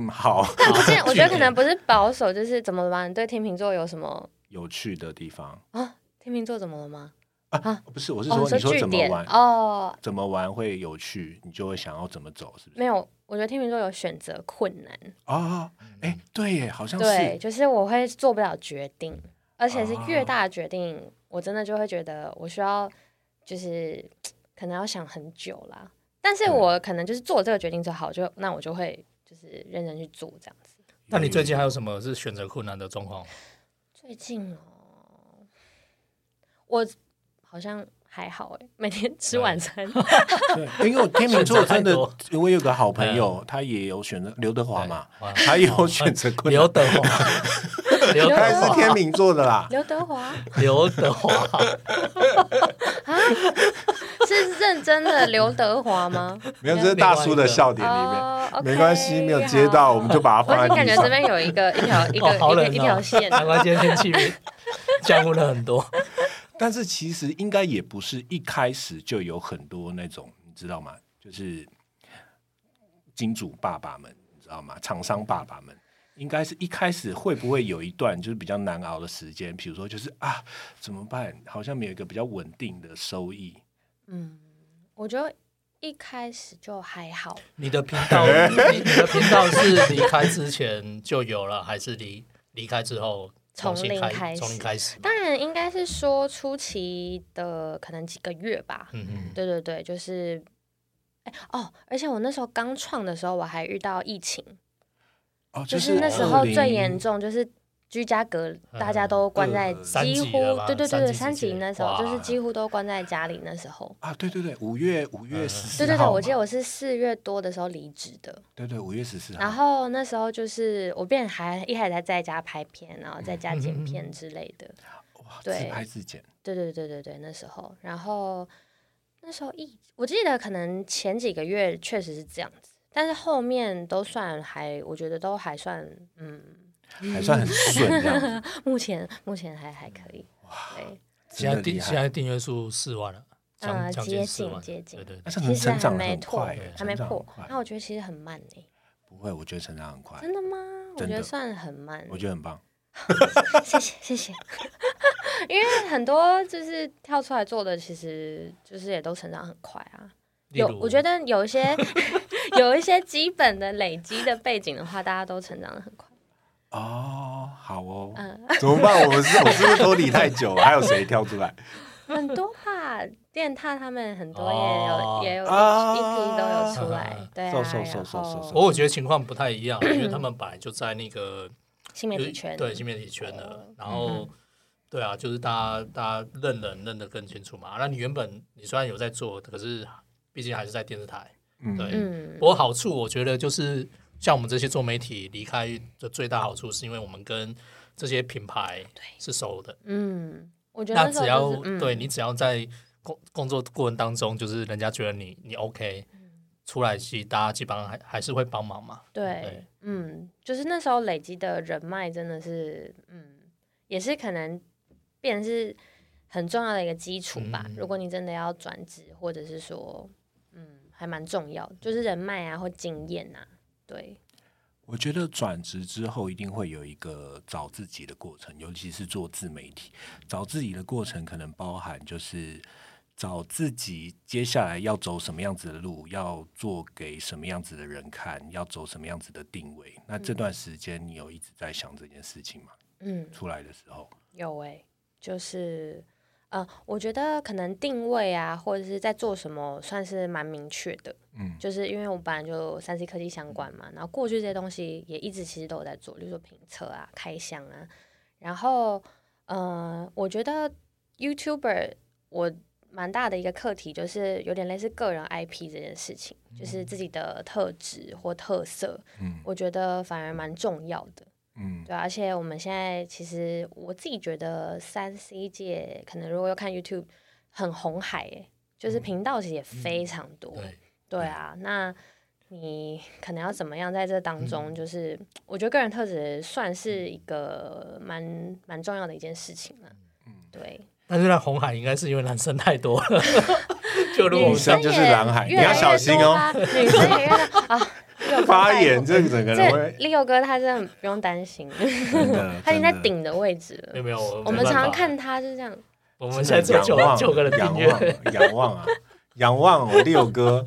Speaker 2: 嗯，好，
Speaker 4: 但不是，我觉得可能不是保守，就是怎么了吗？你对天秤座有什么？
Speaker 2: 有趣的地方
Speaker 4: 啊，天秤座怎么了吗？
Speaker 2: 啊，不是，我是
Speaker 4: 哦，
Speaker 2: 说，你说
Speaker 4: 据
Speaker 2: 怎么
Speaker 4: 点
Speaker 2: 玩，
Speaker 4: 哦，
Speaker 2: 怎么玩会有趣，你就会想要怎么走，是不
Speaker 4: 没
Speaker 2: 是？
Speaker 4: 有，我觉得天秤座有选择困难，
Speaker 2: 啊，哎，对耶，好像
Speaker 4: 对，
Speaker 2: 是，
Speaker 4: 就是我会做不了决定，而且是越
Speaker 2: 哦
Speaker 4: 大的决定，我真的就会觉得我需要，就是可能要想很久啦。但是
Speaker 2: 对
Speaker 4: 我可能就是做这个决定之后，好，就那我就会就是认真去做这样子。
Speaker 3: 那你最近还有什么是选择困难的状况？
Speaker 4: 最近哦，我好像还好哎，每天吃
Speaker 2: 嗯
Speaker 4: 晚餐，
Speaker 2: 对，哎因为我天秤座 真的
Speaker 3: 选择太，
Speaker 2: 我有个好朋友，他也有选择刘德华嘛，
Speaker 3: 嗯对哇
Speaker 2: 他也有选择困
Speaker 3: 刘
Speaker 2: 难，
Speaker 3: 德 华，刘德
Speaker 2: 他也是
Speaker 3: 华，
Speaker 2: 天秤座的 啦，
Speaker 4: 刘德华。
Speaker 3: 刘德华，
Speaker 4: 啊，是认真的刘德华吗？
Speaker 5: 没有，这是大叔的笑点里面。
Speaker 4: 哦，OK，
Speaker 5: 没关系，没有接到，
Speaker 4: 好
Speaker 5: 我们就把它
Speaker 4: 我已
Speaker 5: 放在
Speaker 4: 经感觉
Speaker 5: 地
Speaker 4: 这
Speaker 5: 上。
Speaker 4: 边有一个一 条一
Speaker 3: 哦，
Speaker 4: 个、
Speaker 3: 好
Speaker 4: 一
Speaker 3: 冷
Speaker 4: 个一条
Speaker 3: 哦，
Speaker 4: 线，
Speaker 3: 难怪今天天气 降温了很多。
Speaker 2: 但是其实应该也不是一开始就有很多那种，你知道吗？就是金主爸爸们，你知道吗？厂商爸爸们。应该是一开始会不会有一段就是比较难熬的时间，比如说就是啊怎么办？好像没有一个比较稳定的收益，
Speaker 4: 嗯，我觉得一开始就还好，
Speaker 3: 你的频道， 你你的频道是离开之前就有了，还是离离开之后重新
Speaker 4: 从零
Speaker 3: 开
Speaker 4: 开始
Speaker 3: 从零开始？
Speaker 4: 当然应该是说初期的可能几个月吧，
Speaker 3: 嗯嗯，
Speaker 4: 对对对，就是。哎哦，而且我那时候刚创的时候，我还遇到疫情，
Speaker 2: 哦，
Speaker 4: 就是是那时候最严
Speaker 2: 重，
Speaker 4: 重，就是居家隔，大家都关在
Speaker 2: 嗯
Speaker 3: 三
Speaker 4: 几
Speaker 3: 级
Speaker 4: 乎
Speaker 3: 了吧
Speaker 4: 对对对
Speaker 3: 三级
Speaker 4: 对
Speaker 3: 之
Speaker 4: 三级
Speaker 3: 前
Speaker 4: 那时候，就是
Speaker 3: 哇
Speaker 4: 几乎都关在家里那时候。
Speaker 2: 啊，对对对，五月五月十四
Speaker 4: 对对对，我记得我是四月多的时候离职的，
Speaker 2: 对对五月十四号，
Speaker 4: 然后那时候就是我变还一还在在家拍片，然后在家
Speaker 2: 嗯
Speaker 4: 剪片之类的。
Speaker 2: 哇
Speaker 4: 对
Speaker 2: 自拍自剪，
Speaker 4: 对对对对对，那时候，然后那时候疫，我记得可能前几个月确实是这样子，但是后面都算还，我觉得都还算，嗯，
Speaker 2: 还算很顺这样 子，
Speaker 4: 目前目前还还可以，对，
Speaker 3: 现
Speaker 2: 真
Speaker 3: 在
Speaker 2: 的
Speaker 3: 订
Speaker 2: 厉
Speaker 3: 现
Speaker 2: 害。
Speaker 3: 在订阅数四万了，将
Speaker 4: 呃
Speaker 3: 将
Speaker 4: 接
Speaker 3: 近四
Speaker 4: 近
Speaker 3: 万，
Speaker 4: 接
Speaker 3: 对
Speaker 4: 近
Speaker 3: 对对，
Speaker 2: 但是
Speaker 4: 其
Speaker 2: 能
Speaker 4: 实
Speaker 2: 成
Speaker 4: 还
Speaker 2: 长得
Speaker 4: 没
Speaker 2: 很
Speaker 4: 破
Speaker 2: 快，，
Speaker 4: 还没
Speaker 2: 成长得
Speaker 4: 破
Speaker 2: 很快，
Speaker 4: 那我觉得其实很慢呢，
Speaker 2: 不会，我觉得成长很快，
Speaker 4: 真的吗？我
Speaker 2: 真
Speaker 4: 觉得
Speaker 2: 的
Speaker 4: 算很慢，
Speaker 2: 我觉得很棒。
Speaker 4: 谢谢谢谢， 因为很多就是跳出来做的，其实就是也都成长很快啊。
Speaker 3: 例
Speaker 4: 有
Speaker 3: 如，
Speaker 4: 我觉得有一些 有一些基本的累积的背景的话，大家都成长的很快。
Speaker 2: 哦，好哦，
Speaker 4: 嗯，
Speaker 5: 怎么办？我们是我是不是脱离太久？还有谁跳出来？
Speaker 4: 很多吧，电踏他们很多也有、
Speaker 3: 哦
Speaker 4: 也有一
Speaker 2: 啊
Speaker 4: 一批都有出来，对啊，
Speaker 2: 瘦瘦瘦瘦
Speaker 4: 然
Speaker 2: 瘦
Speaker 4: 后
Speaker 2: 瘦
Speaker 3: 我我觉得情况不太一样，因为他们本来就在那个
Speaker 4: 新媒体圈，哦嗯
Speaker 3: 对新媒体圈的，然后。对啊，就是大家大家认人认得更清楚嘛。那你原本你虽然有在做，可是毕竟还是在电视台。
Speaker 2: 嗯，
Speaker 3: 对
Speaker 4: 嗯
Speaker 3: 不，过好处我觉得就是像我们这些做媒体离开的最大好处，是因为我们跟这些品牌是熟的。
Speaker 4: 嗯，我觉得
Speaker 3: 那
Speaker 4: 那时候
Speaker 3: 只要
Speaker 4: 就是、嗯、
Speaker 3: 对你只要在工工作过程当中，就是人家觉得你你 OK，出
Speaker 4: 嗯
Speaker 3: 来其实大家基本上还还是会帮忙嘛。
Speaker 4: 对
Speaker 3: 对，
Speaker 4: 嗯，就是那时候累积的人脉真的是，嗯，也是可能变成是很重要的一个基础吧。
Speaker 3: 嗯
Speaker 4: 如果你真的要转职，或者是说，嗯，还蛮重要，就是人脉啊或经验啊，对，
Speaker 2: 我觉得转职之后一定会有一个找自己的过程，尤其是做自媒体，找自己的过程可能包含就是找自己接下来要走什么样子的路，要做给什么样子的人看，要走什么样子的定位。那这段时间你有一直在想这件事情吗？
Speaker 4: 嗯，
Speaker 2: 出来的时候，
Speaker 4: 有诶、就是。呃，我觉得可能定位啊，或者是在做什么，算是蛮明确的。
Speaker 2: 嗯，
Speaker 4: 就是因为我本来就三 C 科技相关嘛，然后过去这些东西也一直其实都有在做，例如说评测啊、开箱啊，然后呃，我觉得 YouTuber 我蛮大的一个课题就是有点类似个人 IP 这件事情，就是自己的特质或特色，
Speaker 2: 嗯
Speaker 4: 我觉得反而蛮重要的。
Speaker 2: 嗯，
Speaker 4: 对啊、而且我们现在其实我自己觉得三 C 界可能如果要看 YouTube 很红海耶，就是频道其实也非常多。
Speaker 3: 对，
Speaker 4: 对啊，那你可能要怎么样在这当中？就是我觉得个人特质算是一个蛮蛮重要的一件事情了。对，
Speaker 3: 但是那红海应该是因为男生太 多了，就如果
Speaker 4: 女
Speaker 5: 女
Speaker 3: 我
Speaker 5: 生
Speaker 4: 生
Speaker 5: 就是蓝海
Speaker 4: 也越
Speaker 5: 你
Speaker 4: 来
Speaker 5: 要小心 哦
Speaker 4: 越多啊啦女生也越来啊，六哥
Speaker 5: 发
Speaker 4: 拜
Speaker 5: 言
Speaker 4: 托
Speaker 5: 这个整个人
Speaker 4: 这
Speaker 5: 会，
Speaker 4: Leo 哥他真的不用担心，
Speaker 2: 真的，
Speaker 4: 他已经在
Speaker 2: 真的，
Speaker 4: 顶的位置
Speaker 3: 没有
Speaker 4: 了。
Speaker 3: 没有，
Speaker 4: 我
Speaker 3: 没
Speaker 4: 们
Speaker 3: 办
Speaker 4: 常
Speaker 3: 法
Speaker 5: 啊
Speaker 4: 常看，他就这样，
Speaker 3: 我
Speaker 2: 我
Speaker 3: 们现在只有
Speaker 2: 仰望
Speaker 3: 九九个人订阅，
Speaker 2: 仰望仰望啊，仰望我六哥。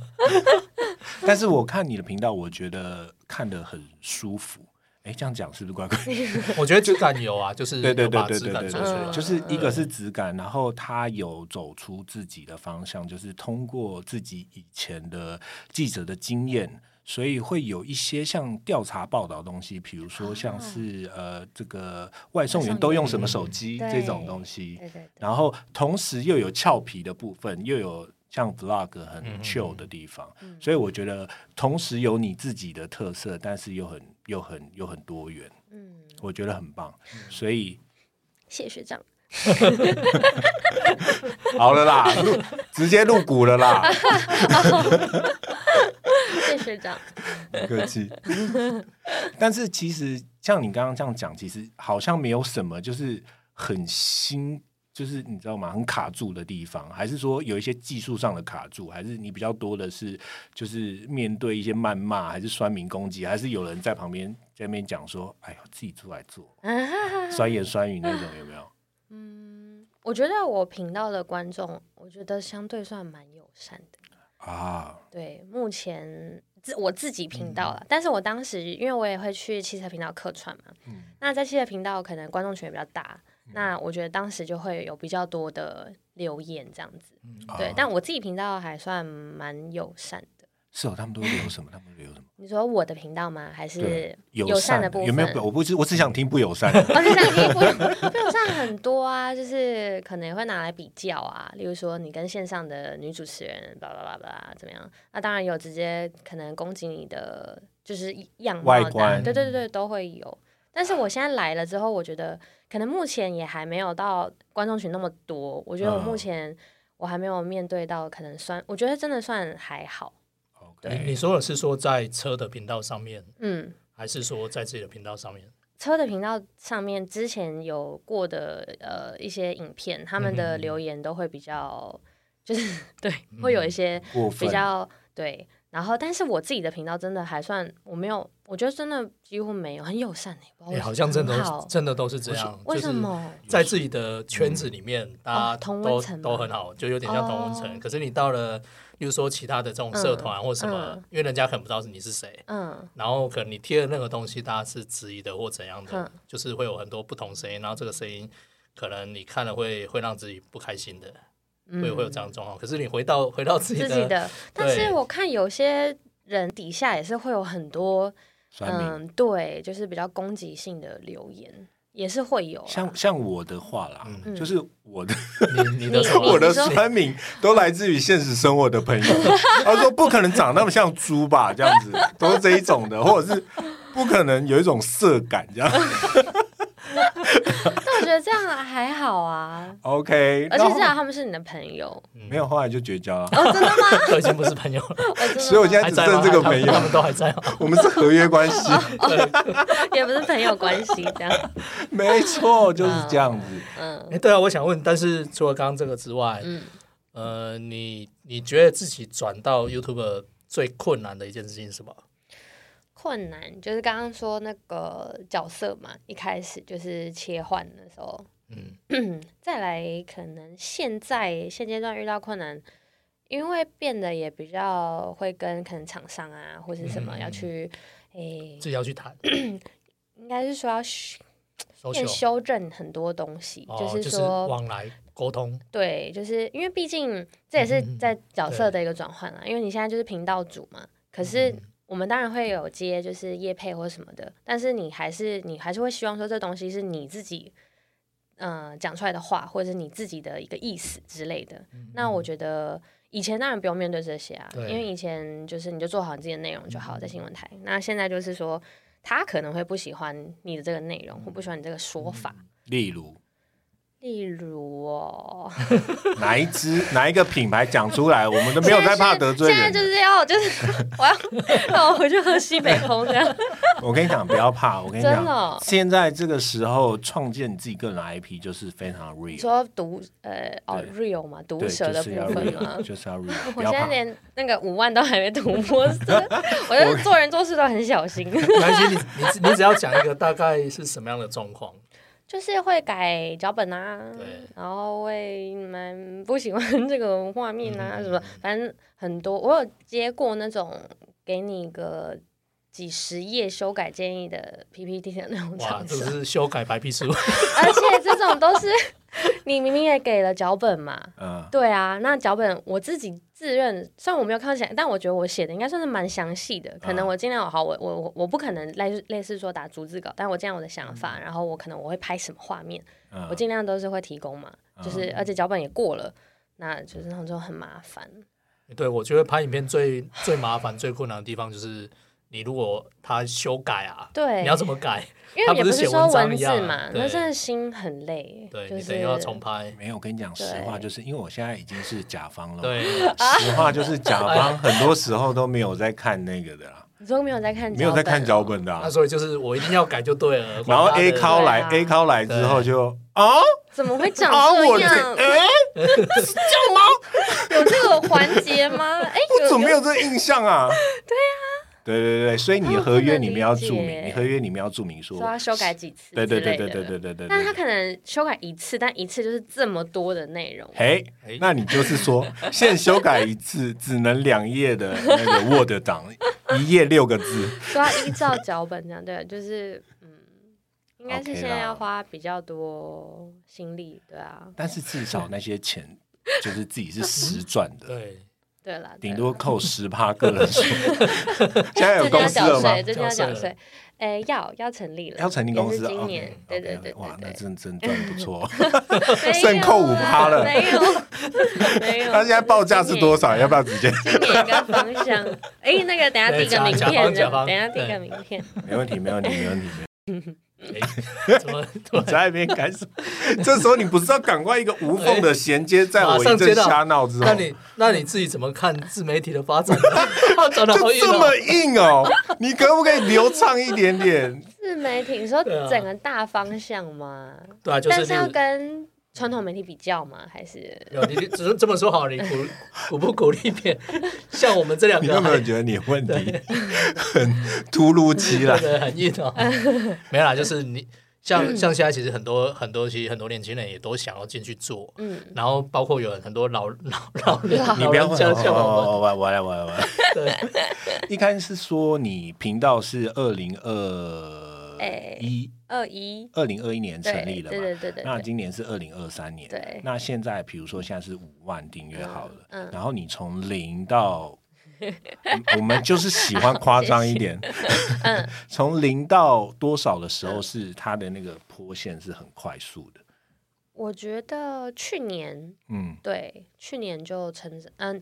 Speaker 2: 但是我看你的频道，我觉得看得很舒服。哎，这样讲是不是怪怪的？
Speaker 3: 我觉得质感有啊，就是
Speaker 2: 对对
Speaker 3: 有
Speaker 2: 对
Speaker 3: 把
Speaker 2: 对
Speaker 3: 质
Speaker 2: 对
Speaker 3: 感
Speaker 2: 对
Speaker 3: 做出
Speaker 2: 对，
Speaker 3: 来，
Speaker 2: 就是一个是质感，然后他有走出自己的方向，就是通过自己以前的记者的经验。所以会有一些像调查报道的东西，比如说
Speaker 3: 啊
Speaker 2: 像是、呃，这个外送员都用什么手机
Speaker 4: 嗯
Speaker 2: 这种东西，
Speaker 4: 对对对，
Speaker 2: 然后同时又有俏皮的部分，又有像 vlog 很 chill 的地方，
Speaker 3: 嗯
Speaker 2: 所以我觉得同时有你自己的特色，但是又很又很又很多元，
Speaker 4: 嗯，
Speaker 2: 我觉得很棒。所以
Speaker 4: 谢学长，
Speaker 5: 好了啦，入直接入股了啦，
Speaker 4: 谢学长，
Speaker 5: 不客气。
Speaker 2: 但是其实像你刚刚这样讲，其实好像没有什么就是很新，就是你知道吗？很卡住的地方，还是说有一些技术上的卡住，还是你比较多的是就是面对一些谩骂，还是酸民攻击，还是有人在旁边在那边讲说：“哎呦，自己出来 做，酸言酸语那种，有没有？”
Speaker 4: 嗯，我觉得我频道的观众，我觉得相对算蛮友善的。
Speaker 2: 啊，
Speaker 4: 对，目前自我自己频道
Speaker 2: 嗯
Speaker 4: 了，但是我当时因为我也会去汽车频道客串嘛，
Speaker 2: 嗯
Speaker 4: 那在汽车频道可能观众群也比较大，那我觉得当时就会有比较多的留言这样子，对
Speaker 2: 啊，
Speaker 4: 但我自己频道还算蛮友善的。
Speaker 2: 是哦，他们都留什么？他们都留什么？
Speaker 4: 你说我的频道吗？还是
Speaker 2: 对友
Speaker 4: 善的部分？
Speaker 2: 有没有？我不是，我只想听不友善的。
Speaker 4: 我哦是想听不友不友善很多啊，就是可能也会拿来比较啊，例如说你跟线上的女主持人，巴拉巴拉巴拉怎么样？那当然有直接可能攻击你的就是样貌的啊
Speaker 2: 外观嗯
Speaker 4: 对对对对，都会有。但是我现在来了之后，我觉得可能目前也还没有到观众群那么多，我觉得我
Speaker 2: 嗯
Speaker 4: 目前我还没有面对到，可能算我觉得真的算还好，
Speaker 3: 你你说的是说在车的频道上面，
Speaker 4: 嗯。
Speaker 3: 还是说在自己的频道上面？
Speaker 4: 车的频道上面之前有过的呃一些影片，他们的
Speaker 3: 嗯哼嗯
Speaker 4: 留言都会比较，就是 对，会有一些
Speaker 2: 过
Speaker 4: 比
Speaker 2: 分，
Speaker 4: 较对。然后，但是我自己的频道真的还算，我没有，我觉得真的几乎没有，很友善哎、
Speaker 3: 哎、
Speaker 4: 欸，
Speaker 3: 好像真的
Speaker 4: 很
Speaker 3: 都
Speaker 4: 好
Speaker 3: 是，真的都是这样，
Speaker 4: 为
Speaker 3: 就是
Speaker 4: 什么？嗯哦
Speaker 3: 在自己的圈子里面，大家
Speaker 4: 同温
Speaker 3: 都、
Speaker 4: 层吗
Speaker 3: 都很好，就有点像同温层。
Speaker 4: 哦
Speaker 3: 可是你到了，比如说其他的这种社团或什么，
Speaker 4: 嗯
Speaker 3: 因为人家可能不知道是你是谁，
Speaker 4: 嗯
Speaker 3: 然后可能你贴的那个东西，大家是质疑的或怎样的，
Speaker 4: 嗯
Speaker 3: 就是会有很多不同声音，然后这个声音可能你看了会会让自己不开心的，
Speaker 4: 嗯，
Speaker 3: 会会有这样的状况。可是你回到回到自己
Speaker 4: 自
Speaker 3: 的，
Speaker 4: 己 的。但是
Speaker 3: 对
Speaker 4: 我看有些人底下也是会有很多，
Speaker 2: 酸民
Speaker 4: 嗯，对，就是比较攻击性的留言，也是会有啦。啊
Speaker 2: 像像我的话啦，
Speaker 3: 嗯
Speaker 4: 嗯
Speaker 2: 就是我的
Speaker 3: 你你的
Speaker 4: 你
Speaker 3: 什 么
Speaker 5: 我的
Speaker 4: 你说
Speaker 5: 酸民都来自于现实生活的 朋友，他说不可能长那么像猪吧，这样子都是这一种的，或者是不可能有一种色感这样。
Speaker 4: 但我觉得这样还好啊，
Speaker 5: OK，
Speaker 4: 而且
Speaker 5: 然后
Speaker 4: 至少他们是你啊的朋友，
Speaker 3: 嗯
Speaker 5: 没有，后来就绝交了。
Speaker 3: 都已经不是朋友 了，
Speaker 4: 呃真的
Speaker 5: 所以我现在
Speaker 3: 还
Speaker 5: 只
Speaker 3: 在吗？
Speaker 5: 剩这个
Speaker 3: 他
Speaker 5: 朋
Speaker 3: 们
Speaker 5: 友
Speaker 3: 他，们都还在吗？
Speaker 5: 我们是合约关 系，
Speaker 4: 吗也不是朋友关系这样，
Speaker 5: 没错，就是这样子。
Speaker 3: 哎、
Speaker 4: 嗯
Speaker 3: 对啊，我想问，但是除了刚刚这个之外，
Speaker 4: 嗯，
Speaker 3: 呃，你你觉得自己转到 YouTube 最困难的一件事情是什么？
Speaker 4: 困难就是刚刚说那个角色嘛，一开始就是切换的时候，
Speaker 3: 嗯，
Speaker 4: 再来可能现在现阶段遇到困难，因为变得也比较会跟可能厂商啊或是什么
Speaker 3: 嗯
Speaker 4: 要去，诶、
Speaker 3: 自己要去谈
Speaker 4: 嗯应该是说要修变
Speaker 3: social，
Speaker 4: 修正很多东西，
Speaker 3: 哦，
Speaker 4: 是
Speaker 3: 就是
Speaker 4: 说
Speaker 3: 往来沟通，
Speaker 4: 对，就是因为毕竟这也是
Speaker 3: 嗯嗯嗯
Speaker 4: 在角色的一个转换啦，因为你现在就是频道主嘛，
Speaker 3: 嗯
Speaker 4: 可是我们当然会有接就是业配或什么的，但是你还是你还是会希望说这东西是你自己。嗯、讲出来的话，或者是你自己的一个意思之类的，
Speaker 3: 嗯
Speaker 4: 那我觉得以前当然不用面对这些啊，因
Speaker 3: 对嗯
Speaker 4: 为以前就是你就做好你自己的内容就好，在新闻台。那现在就是说，他可能会不喜欢你的这个内容，或不喜欢你这个
Speaker 3: 嗯
Speaker 4: 说法。
Speaker 2: 例如
Speaker 4: 例如哦，
Speaker 2: 哪一支哪一个品牌讲出来，我们都没有在怕得罪
Speaker 4: 现在
Speaker 2: 人
Speaker 4: 就
Speaker 2: 的。
Speaker 4: 是要就是 我要让我回去喝西北风这样。
Speaker 2: 我跟你讲，不要怕，我跟你
Speaker 4: 真的
Speaker 2: 讲
Speaker 4: 哦，
Speaker 2: 现在这个时候创建自己个人 IP 就是非常
Speaker 4: 你
Speaker 2: real，
Speaker 4: 说毒呃哦
Speaker 2: 对
Speaker 4: real 嘛，毒
Speaker 2: 对，
Speaker 4: 蛇
Speaker 2: 就
Speaker 4: 的
Speaker 2: 是要
Speaker 4: 部分嘛
Speaker 2: real，。就是要 real，不
Speaker 4: 我
Speaker 2: 要
Speaker 4: 现在
Speaker 2: 怕。
Speaker 4: 连那个五万都还没 突破， 我觉得做人做事都很小心，
Speaker 3: 嗯没关系，你你你只要讲一个大概是什么样的状 况，
Speaker 4: 就是会改脚本啊
Speaker 3: 对，
Speaker 4: 然后会蛮不喜欢 这个画面啊
Speaker 2: 嗯
Speaker 4: 什么，反正很多。我有接过那种给你个几十页修改建议的 PPT 的那种
Speaker 3: 哇，
Speaker 4: 厂
Speaker 3: 这
Speaker 4: 商
Speaker 3: 个，是修改白皮书，
Speaker 4: 而且这种都是你明明也给了脚本嘛，
Speaker 2: 嗯，
Speaker 4: 对啊，那脚本我自己自认，虽然我没有看起来，但我觉得我写的应该算是蛮详细的。可能
Speaker 3: 嗯
Speaker 4: 我尽量好，我我我我不可能类类似说打逐字稿，但我尽量我的想
Speaker 3: 嗯
Speaker 4: 法，然后我可能我会拍什么画面，
Speaker 2: 嗯
Speaker 4: 我尽量都是会提供嘛，
Speaker 3: 嗯
Speaker 4: 就是而且脚本也过了。那就是那种很麻烦，
Speaker 3: 对我觉得拍影片最最麻烦、最困难的地方就是。你如果他修改啊，
Speaker 4: 对
Speaker 3: 你要怎么改？
Speaker 4: 因
Speaker 3: 它
Speaker 4: 为也
Speaker 3: 不是
Speaker 4: 是
Speaker 3: 写
Speaker 4: 说
Speaker 3: 文章
Speaker 4: 文
Speaker 3: 一
Speaker 4: 字
Speaker 3: 样啊
Speaker 4: 嘛，
Speaker 3: 对
Speaker 4: 那真的心很累。
Speaker 3: 对、
Speaker 4: 就
Speaker 3: 你
Speaker 4: 是
Speaker 3: 等于要重拍，
Speaker 2: 没有，我跟你讲实话，
Speaker 4: 对
Speaker 2: 就是因为我现在已经是甲方了，，
Speaker 3: 对，
Speaker 2: 实话就是甲方很多时候都没有在看那个的啦，
Speaker 4: 你哦说没有在看，
Speaker 2: 没有在看脚，本的啊
Speaker 3: 那。所以就是我一定要改就对了。
Speaker 2: 然后 A
Speaker 3: 考
Speaker 2: 考来
Speaker 4: 对啊
Speaker 2: A 考来之后就哦
Speaker 4: 怎么 会长
Speaker 3: 啊
Speaker 2: 哦，我
Speaker 4: 这
Speaker 2: 这
Speaker 4: 样？
Speaker 2: 哎，
Speaker 4: 有这个环节 吗？哎，
Speaker 2: 我
Speaker 4: 有
Speaker 2: 怎么没有这个印象 啊？对啊，对对对，所以你的合约里面要注
Speaker 4: 他哦们不
Speaker 2: 明，
Speaker 4: 能理解
Speaker 2: 你合约里面要注明说
Speaker 4: 说，要修改几次，
Speaker 2: 对对对对对对。对对
Speaker 4: 但他
Speaker 2: 对。
Speaker 4: 可能修改一次，但一次就是这么多的内容。
Speaker 2: 嘿
Speaker 3: 哎，
Speaker 2: 那你就是 说，现修改一次只能两页的那个 Word 档，一页六个字。
Speaker 4: 说要依照脚本这样，对，就是嗯，应该是
Speaker 2: OK 啦
Speaker 4: 现在要花比较多心力，对啊，
Speaker 2: 但是至少那些钱就是自己是实赚的，
Speaker 3: 对，
Speaker 4: 对啦，对
Speaker 2: 顶
Speaker 4: 啦
Speaker 2: 多扣十趴个人 税，
Speaker 5: 现在有
Speaker 4: 这就
Speaker 5: 公
Speaker 4: 要
Speaker 5: 司了
Speaker 4: 缴
Speaker 5: 吗
Speaker 4: 税，？这就要
Speaker 3: 缴
Speaker 4: 缴
Speaker 3: 税
Speaker 4: 税。哎，要要成立了，
Speaker 2: 要成立公司
Speaker 4: 也是
Speaker 2: 哦
Speaker 4: 今年，对对对
Speaker 2: 哇，那
Speaker 4: 对
Speaker 2: 真真赚不 错。
Speaker 4: 对，
Speaker 5: 剩扣5%了
Speaker 4: 没有啊，没有，没有。
Speaker 5: 他现在报价是多少？要不要直接？
Speaker 4: 今年一个方向。哎，那个等下
Speaker 3: 对
Speaker 4: 递个名
Speaker 3: 甲甲
Speaker 4: 片
Speaker 3: 方
Speaker 4: 的，
Speaker 3: 甲方
Speaker 4: 等下递
Speaker 3: 对
Speaker 4: 个名片。
Speaker 2: 没问题，没问题，没问题。没问题
Speaker 3: 哎 怎么
Speaker 5: 你
Speaker 3: 突然
Speaker 5: 在那边干什么？这时候你不是要赶快一个无缝的衔接，在我
Speaker 3: 马
Speaker 5: 一
Speaker 3: 上
Speaker 5: 阵
Speaker 3: 接到
Speaker 5: 瞎闹之后
Speaker 3: 那，你那你自己怎么看自媒体的发展呢？长得好
Speaker 5: 就
Speaker 3: 硬
Speaker 5: 这
Speaker 3: 哦
Speaker 5: 么，硬哦？你可不可以流畅一点点？
Speaker 4: 自媒体，你说
Speaker 3: 对啊
Speaker 4: 整个大方向吗？
Speaker 3: 对啊，就
Speaker 4: 但
Speaker 3: 是
Speaker 4: 是
Speaker 3: 例
Speaker 4: 要
Speaker 3: 如
Speaker 4: 跟传统媒体比较吗？还是
Speaker 3: 有你你只是这么说好了，你鼓 鼓不鼓励别人？ 像我们这两
Speaker 5: 你有
Speaker 3: 个
Speaker 5: 没有
Speaker 3: 还
Speaker 5: 觉得你问题很突如其来？
Speaker 3: 对很硬 哦，没有啦，就是你
Speaker 4: 嗯
Speaker 3: 像像现在其实很多很多其实很多年轻人也都想要进去做，
Speaker 4: 嗯，
Speaker 3: 然后包括有很多 老 老老人
Speaker 4: 老
Speaker 2: 你不要
Speaker 3: 老人
Speaker 2: 问
Speaker 3: 家
Speaker 2: 哦
Speaker 3: 像我
Speaker 2: 哦，我我来，我来，我来。
Speaker 3: 们， 对
Speaker 2: 一开始是说你频道是二零二一
Speaker 4: 哎二一
Speaker 2: 二零二一年
Speaker 4: 对
Speaker 2: 成立的
Speaker 4: 对
Speaker 2: 嘛？
Speaker 4: 对对对
Speaker 2: 那
Speaker 4: 对，
Speaker 2: 今年是二零二三年，
Speaker 4: 对
Speaker 2: 那现在比如说现在是五万订阅好了，
Speaker 4: 嗯嗯
Speaker 2: 然后你从零到，嗯我们就是喜欢夸张一 点，
Speaker 4: 嗯
Speaker 2: 从零到多少的时候是它的那个坡线是很快速的，
Speaker 4: 我觉得去年
Speaker 2: 嗯
Speaker 4: 对去年就成长，嗯，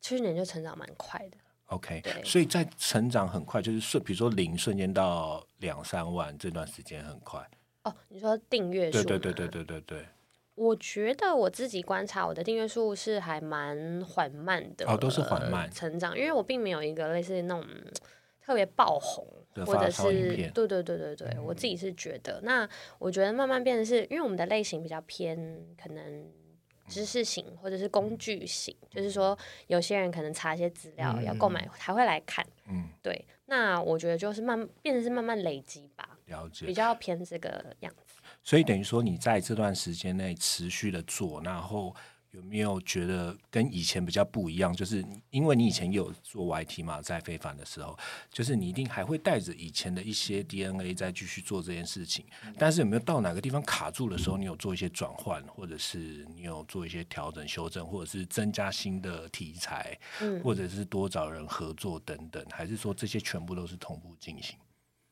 Speaker 4: 去年就成长蛮快的，
Speaker 2: ，OK，
Speaker 4: 对
Speaker 2: 所以在成长很快，就是瞬，比如说零瞬间到两三万这段时间很快，
Speaker 4: 哦，你说订阅数？
Speaker 2: 对对对对。对对对，
Speaker 4: 我觉得我自己观察，我的订阅数是还蛮缓慢的，
Speaker 2: 哦都是缓慢
Speaker 4: 成长，因为我并没有一个类似那种特别爆红，
Speaker 2: 的
Speaker 4: 或
Speaker 2: 发
Speaker 4: 者
Speaker 2: 烧影
Speaker 4: 是
Speaker 2: 片嗯
Speaker 4: 对对对对对，我自己是觉得，那我觉得慢慢变成是因为我们的类型比较偏可能。知识型或者是工具型，就是说有些人可能查一些资料要购买才会来看，
Speaker 2: 嗯，
Speaker 4: 对。那我觉得就是慢变成是慢慢累积吧，
Speaker 2: 了解
Speaker 4: 比。较偏这个样子。
Speaker 2: 所以等于说，你在这段时间内持续的做，然后有没有觉得跟以前比较不一样？就是因为你以前也有做 YT 嘛，在非凡的时候，就是你一定还会带着以前的一些 DNA 再继续做这件事情。
Speaker 4: 嗯
Speaker 2: 但是有没有到哪个地方卡住的时候，你有做一些转换，或者是你有做一些调整、修正，或者是增加新的题材，
Speaker 4: 嗯
Speaker 2: 或者是多找人合作等等？还是说这些全部都是同步进行？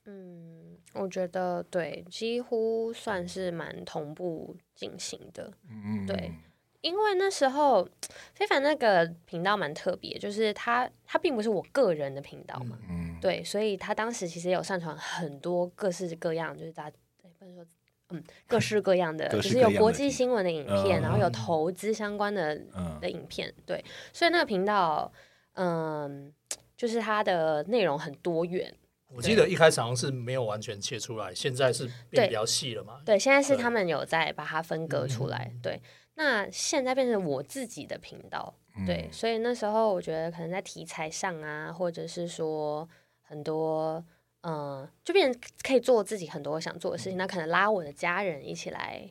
Speaker 4: 嗯，我觉得对，几乎算是蛮同步进行的。
Speaker 2: 嗯，
Speaker 4: 对，因为那时候非凡那个频道蛮特别，就是它它并不是我个人的频道嘛，
Speaker 2: 嗯，
Speaker 4: 对，所以他当时其实也有上传很多各式各样，就是大家哎不能说嗯各式各样的，
Speaker 2: 各
Speaker 4: 就
Speaker 2: 式
Speaker 4: 是
Speaker 2: 各
Speaker 4: 有
Speaker 2: 样
Speaker 4: 国
Speaker 2: 的嗯
Speaker 4: 际
Speaker 2: 影
Speaker 4: 新闻的影片，然后有投资相关的
Speaker 2: 嗯
Speaker 4: 的影片，对，所以那个频道嗯就是它的内容很多元，
Speaker 3: 我记得一开始好像是没有完全切出来，现在是变比较细了嘛。
Speaker 4: 对，现在是
Speaker 3: 对
Speaker 4: 他们有在把它分割出来。
Speaker 2: 嗯
Speaker 4: 对，那现在变成我自己的频道。
Speaker 2: 嗯
Speaker 4: 对，所以那时候我觉得可能在题材上啊，或者是说很多，嗯、就变成可以做自己很多我想做的事情。那可能拉我的家人一起来，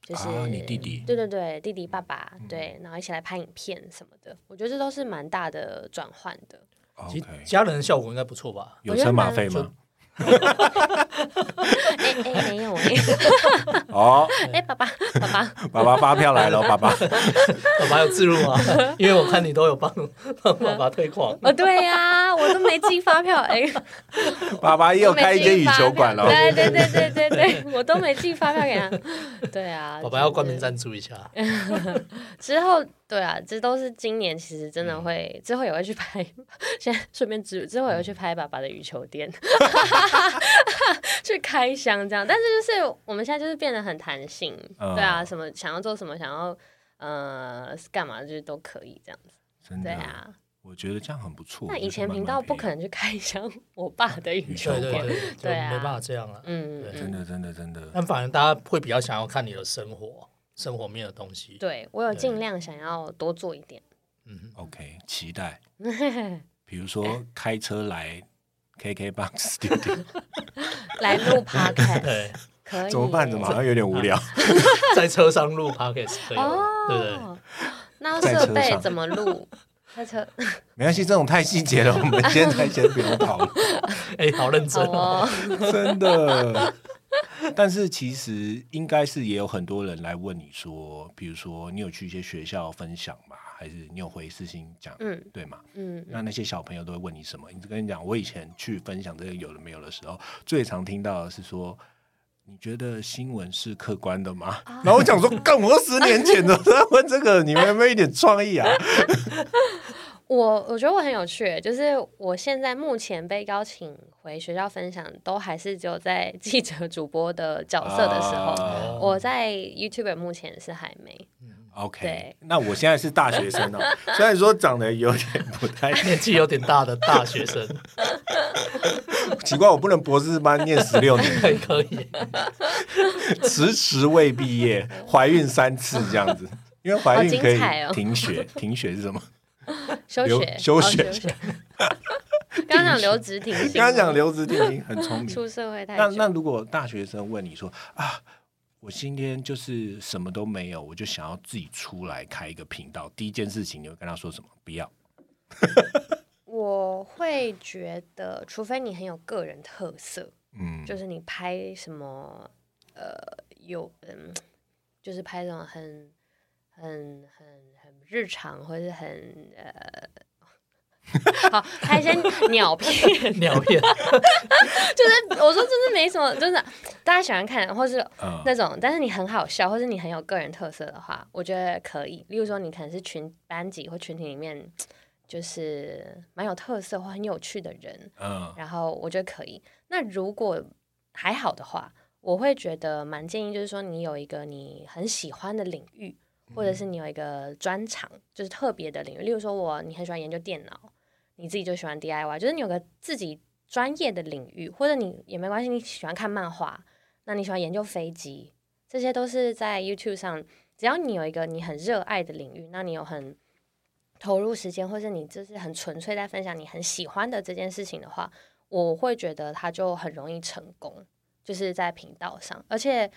Speaker 4: 就是、
Speaker 2: 嗯啊，你弟嗯弟，
Speaker 4: 对对对，弟弟爸爸，对，然后一起来拍影片什么的。我觉得这都是蛮大的转换的。
Speaker 3: 其实
Speaker 2: OK
Speaker 3: 家人的效果应该不错吧？
Speaker 2: 有
Speaker 4: 我觉得
Speaker 2: 车马
Speaker 4: 蛮
Speaker 2: 费吗？
Speaker 4: 哎哎，没有哎、
Speaker 2: 哦，
Speaker 4: 哎，爸爸爸爸，
Speaker 2: 爸爸发票来了，爸 爸。
Speaker 3: 爸爸有自入吗？因为我看你都有帮 帮爸爸推广。
Speaker 4: 哦对呀、我都没寄发票哎。
Speaker 5: 爸 爸也有开一间羽球馆了，
Speaker 4: 对对对对对对，我都没寄发票给他。 对啊，
Speaker 3: 爸爸要冠名
Speaker 4: 就是
Speaker 3: 赞助一 下，
Speaker 4: 之后，对啊，这都是今年，其实真的会，之后也会去拍。现在顺便之之后也会去拍爸爸的羽球店， 去开箱这样。但是就是我们现在就是变得很弹性，
Speaker 2: 嗯
Speaker 4: 对啊，什么想要做什么，想要呃干嘛就是都可以这样子。
Speaker 2: 真
Speaker 4: 对
Speaker 2: 的，
Speaker 4: 啊，
Speaker 2: 我觉得这样很不错。
Speaker 4: 那
Speaker 2: 我
Speaker 4: 以
Speaker 2: 觉得
Speaker 4: 前
Speaker 2: 慢
Speaker 4: 频
Speaker 2: 慢
Speaker 4: 道
Speaker 2: 培
Speaker 4: 不可
Speaker 2: 养，
Speaker 4: 能去开箱 我爸的羽球
Speaker 3: 对对
Speaker 4: 店，
Speaker 3: 对，就
Speaker 4: 对啊
Speaker 3: 没办法这样了。
Speaker 4: 嗯，
Speaker 3: 对
Speaker 4: 嗯
Speaker 2: 真的真的真的，
Speaker 3: 但反而大家会比较想要看你的生活，生活面的东西。
Speaker 4: 对我有
Speaker 3: 对
Speaker 4: 尽量想要多做一点。
Speaker 3: 嗯，
Speaker 2: OK，期待。比如说开车 来 KKBOX Studio
Speaker 4: 来 录 podcast
Speaker 3: 对，
Speaker 4: 可以 啊
Speaker 5: 怎么办？
Speaker 4: 耶
Speaker 5: 怎么好像有点无聊？
Speaker 3: 在车上录 podcast 可以吗，对不对？
Speaker 4: 哦， 那
Speaker 2: 在
Speaker 4: 设
Speaker 2: 车
Speaker 4: 备
Speaker 2: 上
Speaker 4: 怎么 录？在车
Speaker 2: 没关系，这种太细节了，我们现在先不用讨论。
Speaker 3: 哎、好认
Speaker 4: 好
Speaker 3: 真哦。
Speaker 4: 哦，
Speaker 2: 真的。但是其实应该是也有很多人来问你说，比如说你有去一些学校分享嘛，还是你有回私信讲，
Speaker 4: 嗯
Speaker 2: 对吗？
Speaker 4: 嗯，
Speaker 2: 那那些小朋友都会问你什么？你跟你讲，我以前去分享这个有的没有的时候，最常听到的是说，你觉得新闻是客观的吗？
Speaker 4: 啊
Speaker 5: 然后我想说，干我十年前 的在问这个，你们有没有一点创意 啊？
Speaker 4: 我我觉得我很有趣，就是我现在目前被邀请回学校分享，都还是只有在 记者主播的角色的时候，
Speaker 3: 哦
Speaker 2: 啊
Speaker 4: 我在 YouTube 目前是还没。
Speaker 2: OK，
Speaker 4: 对
Speaker 2: 那我现在是大学生哦，虽然说长得有点不太
Speaker 3: 年纪有点大的 大学生
Speaker 5: 奇怪，我不能博士班念十六年，
Speaker 3: 可以可以，
Speaker 5: 迟迟未毕 业，怀孕三次这样子，因为怀孕可以
Speaker 4: 好精彩哦
Speaker 2: 停 学，停学是什么？
Speaker 4: 休
Speaker 5: 留
Speaker 4: 学，
Speaker 5: 休
Speaker 4: 哦
Speaker 5: 学
Speaker 4: 学。刚刚讲留职停薪，
Speaker 5: 刚刚讲留职停薪很聪明，
Speaker 4: 出社会太
Speaker 2: 那
Speaker 4: 久，
Speaker 2: 那如果大学生问你说啊，我今天就是什么都没有，我就想要自己出来开一个频道，第一件事情你会跟他说什么？不要。
Speaker 4: 我会觉得，除非你很有个人特色，
Speaker 2: 嗯，
Speaker 4: 就是你拍什么，呃，有嗯，就是拍那种很很很很日常，或是很呃。 好，拍一些鸟片，
Speaker 3: 鸟片
Speaker 4: 就是我说真的没什么，就是大家喜欢看，或是
Speaker 2: 嗯
Speaker 4: 那种，但是你很好笑，或是你很有个人特色的话，我觉得可以。例如说，你可能是群班级或群体里面，就是蛮有特色或很有趣的人，
Speaker 2: 嗯
Speaker 4: 然后我觉得可以。那如果还好的话，我会觉得蛮建议，就是说你有一个你很喜欢的领域，或者是你有一个专长，就是特别的领域。例如说我，你很喜欢研究电脑，你自己就喜欢 DIY，就是你有个自己专业的领域，或者你也没关系，你喜欢看漫画，那你喜欢研究飞机，这些都是在 YouTube 上，只要你有一个你很热爱的领域，那你有很投入时间，或是你就是很纯粹在分享你很喜欢的这件事情的话，我会觉得它就很容易成功，就是在频道上。而且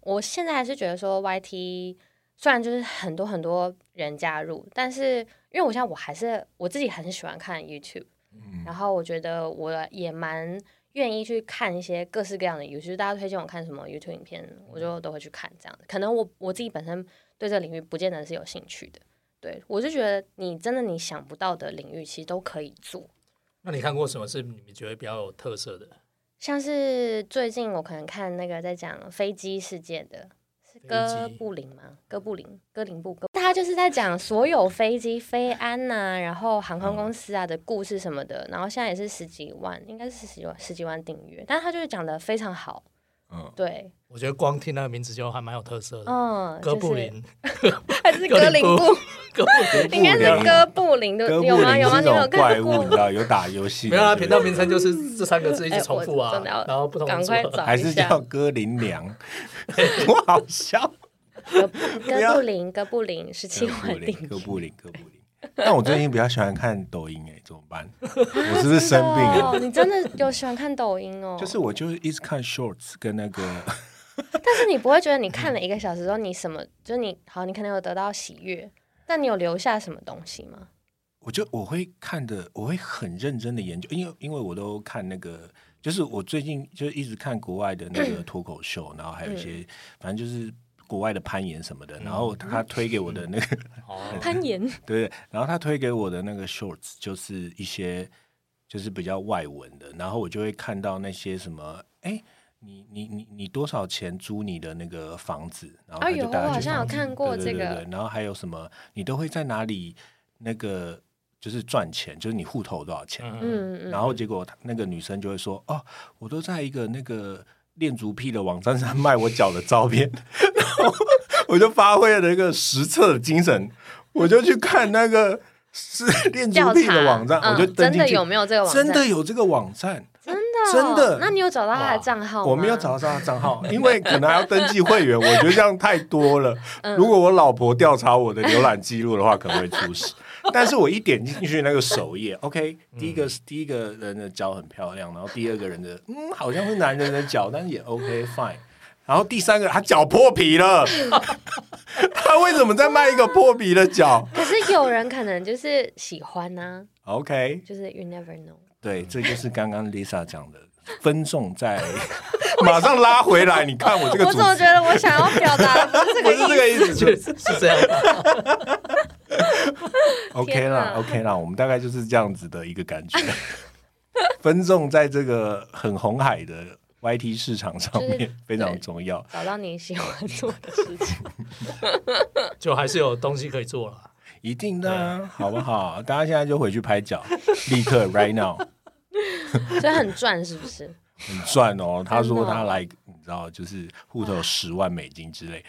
Speaker 4: 我现在还是觉得说 YT 虽然就是很多很多人加入，但是因为我现在我还是我自己很喜欢看 YouTube，、
Speaker 2: 嗯
Speaker 4: 然后我觉得我也蛮。愿意去看一些各式各样的 YouTube，就是大家推荐我看什么 YouTube 影片，我就都会去看这样子。可能我我自己本身对这个领域不见得是有兴趣的，对我就觉得你真的你想不到的领域其实都可以做。
Speaker 3: 那你看过什么是你们觉得比较有特色的？
Speaker 4: 像是最近我可能看那个在讲飞机事件的，是哥
Speaker 3: 飞机
Speaker 4: 布林吗？哥布林，哥林布，哥大家就是在讲所有飞机飞安呐、然后航空
Speaker 3: 嗯
Speaker 4: 公司啊的故事什么的，然后现在也是十几万，应该是十几万十几万订阅，但是他就是讲的非常好，
Speaker 2: 嗯，
Speaker 4: 对，
Speaker 3: 我觉得光听那个名字就还蛮有特色的。
Speaker 4: 嗯，
Speaker 3: 哥布
Speaker 4: 就是、
Speaker 3: 林，
Speaker 4: 还是
Speaker 3: 哥
Speaker 4: 哥
Speaker 3: 林
Speaker 4: 林
Speaker 3: 布
Speaker 4: 布，
Speaker 3: 哥布林，
Speaker 4: 应该是哥布林的，
Speaker 5: 哥布
Speaker 4: 有吗？
Speaker 5: 林
Speaker 4: 有吗？
Speaker 5: 是
Speaker 4: 你
Speaker 5: 种
Speaker 4: 们有
Speaker 5: 怪
Speaker 4: 看
Speaker 5: 物，
Speaker 4: 过
Speaker 5: 你知？道有打游戏的，
Speaker 3: 没有啊，
Speaker 5: 对不对
Speaker 3: 频道名称就是这三个 字一直重复
Speaker 4: 哎我
Speaker 3: 啊
Speaker 4: 真的要，
Speaker 3: 然后不同的
Speaker 4: 赶
Speaker 3: 组
Speaker 4: 快
Speaker 3: 合
Speaker 4: 找
Speaker 5: 还
Speaker 4: 一
Speaker 5: 是
Speaker 4: 下
Speaker 5: 叫哥林 良，多好笑。
Speaker 4: 哥
Speaker 5: 要
Speaker 4: 哥布林，哥布林十七
Speaker 2: 哥布
Speaker 4: 万订
Speaker 2: 林，
Speaker 4: 阅
Speaker 2: 哥布林，哥 布林。
Speaker 5: 但我最近比较喜欢看抖音，
Speaker 2: 欸
Speaker 5: 哎，怎么 办？我是不是生病
Speaker 4: 真的
Speaker 5: 了？
Speaker 4: 哦，你真的有喜欢看抖音哦？
Speaker 2: 啊就是我就是一直看 shorts 跟那个，
Speaker 4: 但是你不会觉得你看了一个小时之后，你什么就是你好，你可能有得到喜悦，但你有留下什么东西吗？
Speaker 2: 我就我会看的，我会很认真的研究，因为因为我都看那个，就是我最近就一直看国外的那个脱口秀，然后还有一
Speaker 4: 嗯
Speaker 2: 些，反正就是国外的攀岩什么的，然后他推给我的那个，
Speaker 3: 哦，
Speaker 4: 攀岩，
Speaker 2: 对，然后他推给我的那个 shorts 就是一些就是比较外文的，然后我就会看到那些什么，哎，你你你你多少钱租你的那个房子？然后他
Speaker 4: 哎
Speaker 2: 就
Speaker 4: 呦，
Speaker 2: 大家
Speaker 4: 我
Speaker 2: 去
Speaker 4: 好像有
Speaker 2: 房子
Speaker 4: 看过
Speaker 2: 对
Speaker 4: 这
Speaker 2: 对对对
Speaker 4: 个，
Speaker 2: 然后还有什么，你都会在哪里那个就是赚钱，就是你户头有多少钱？
Speaker 3: 嗯，
Speaker 4: 嗯嗯
Speaker 2: 然后结果他那个女生就会说：“哦，我都在一个那个恋足癖的网站上卖我脚的照片。” 然后我就发挥了一个实测的精神，我就去看那个是恋
Speaker 4: 嗯，
Speaker 2: 足
Speaker 4: 调
Speaker 2: 癖
Speaker 4: 查
Speaker 2: 的网站，
Speaker 4: 嗯
Speaker 2: 我就登
Speaker 4: 真
Speaker 2: 进
Speaker 4: 的
Speaker 2: 去
Speaker 4: 有，没有这个网站？
Speaker 2: 真的有这个网站，
Speaker 4: 真的哦
Speaker 2: 真的
Speaker 4: 那你有找到他的账号吗？
Speaker 2: 我没有找到他的账号，
Speaker 4: 嗯
Speaker 5: 因为可能还要登记会 员，我觉得这样太多了。
Speaker 4: 嗯
Speaker 5: 如果我老婆调查我的浏览记录的话，可能会出 事。
Speaker 2: 但是我一点进去那个首页，OK，第一个是第一个人的脚很漂亮，然后第二个人的嗯好像是男人的脚，但是也 OK fine。
Speaker 5: 然后第三个，他脚破皮 了，他为什么在卖一个破皮的脚
Speaker 4: 可是有人可能就是喜欢呢、
Speaker 5: ？OK，
Speaker 4: 就是 you never know。
Speaker 2: 对，这就是刚刚 Lisa 讲的分众 在
Speaker 5: 马上拉回来，你看我这个
Speaker 4: 我
Speaker 5: 主
Speaker 4: 总觉得我想要表达的不是这
Speaker 5: 不
Speaker 4: 个
Speaker 5: 是这
Speaker 4: 意思。
Speaker 5: 个意思，
Speaker 3: 确实是这样。
Speaker 2: OK 啦
Speaker 4: 哪
Speaker 2: ，OK 啦，我们大概就是这样子的一个感觉， 分众在这个很红海的 YT 市场上
Speaker 4: 就
Speaker 2: 面
Speaker 4: 是
Speaker 2: 非常重要。
Speaker 4: 找到你喜欢做的事情。
Speaker 3: 就还是有东西可以做 了。
Speaker 2: 一定的啊、好不好？大家现在就回去拍脚，立刻 right now
Speaker 4: 所以很赚，是不是？
Speaker 2: 很赚哦。她说
Speaker 4: 真的哦啊
Speaker 2: 她来，你知道，就是户头十万美金之类。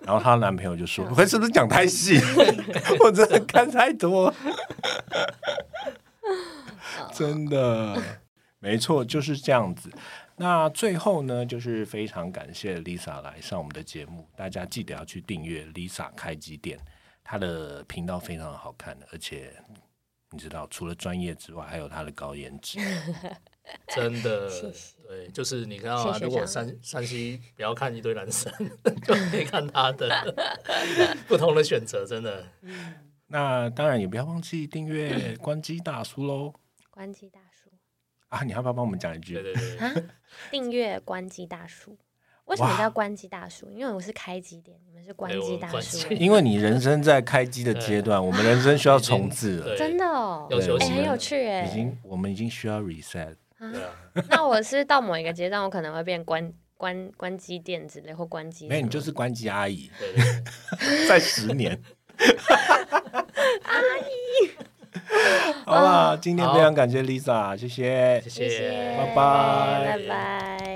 Speaker 2: 然后她男朋友就说：“我是不是讲太 细？我真的看太多，真的，没错，就是这样子。”那最后呢，就是非常感谢 Lisa 来上我们的节目，大家记得要去订阅 Lisa 开机店，她的频道非常好看，而且你知道，除了专业之外，还有她的高颜值。
Speaker 3: 真的
Speaker 4: 谢谢，
Speaker 3: 对，就是你看到啊
Speaker 4: 谢，谢
Speaker 3: 如果
Speaker 4: 长
Speaker 3: 山山西不要看一堆男生， 就可以看他 的不同的选择，真的。
Speaker 2: 那当然也不要忘记 订阅关机大叔喽！
Speaker 4: 关机大叔
Speaker 2: 啊，你要不要帮我们讲一句？
Speaker 3: 对对对，
Speaker 4: 啊，订阅关机大叔。为什么
Speaker 2: 哇
Speaker 4: 叫关机大叔？因为我是开机点，你们是关
Speaker 3: 对哎我
Speaker 4: 机
Speaker 3: 们
Speaker 4: 大
Speaker 3: 关
Speaker 4: 叔欸
Speaker 3: 机，
Speaker 2: 因为你人生在开机的阶段，我们人生需要重置了，
Speaker 3: 对
Speaker 4: 真的哦，
Speaker 3: 要休
Speaker 4: 哎
Speaker 3: 息
Speaker 4: 很
Speaker 3: 了
Speaker 4: 有趣哎、
Speaker 2: 已经我们已经需要 reset。
Speaker 3: 对啊，
Speaker 4: 那我是到某一个阶段，我可能会变关关关机店之类或关机
Speaker 2: 没有，你就是关机 阿姨，
Speaker 3: 对对对。
Speaker 2: 在十年。 阿姨，好啦，今天非常感谢 Lisa，谢谢，
Speaker 3: 啊谢
Speaker 4: 谢谢，
Speaker 3: 谢，
Speaker 2: 拜拜
Speaker 4: 拜拜。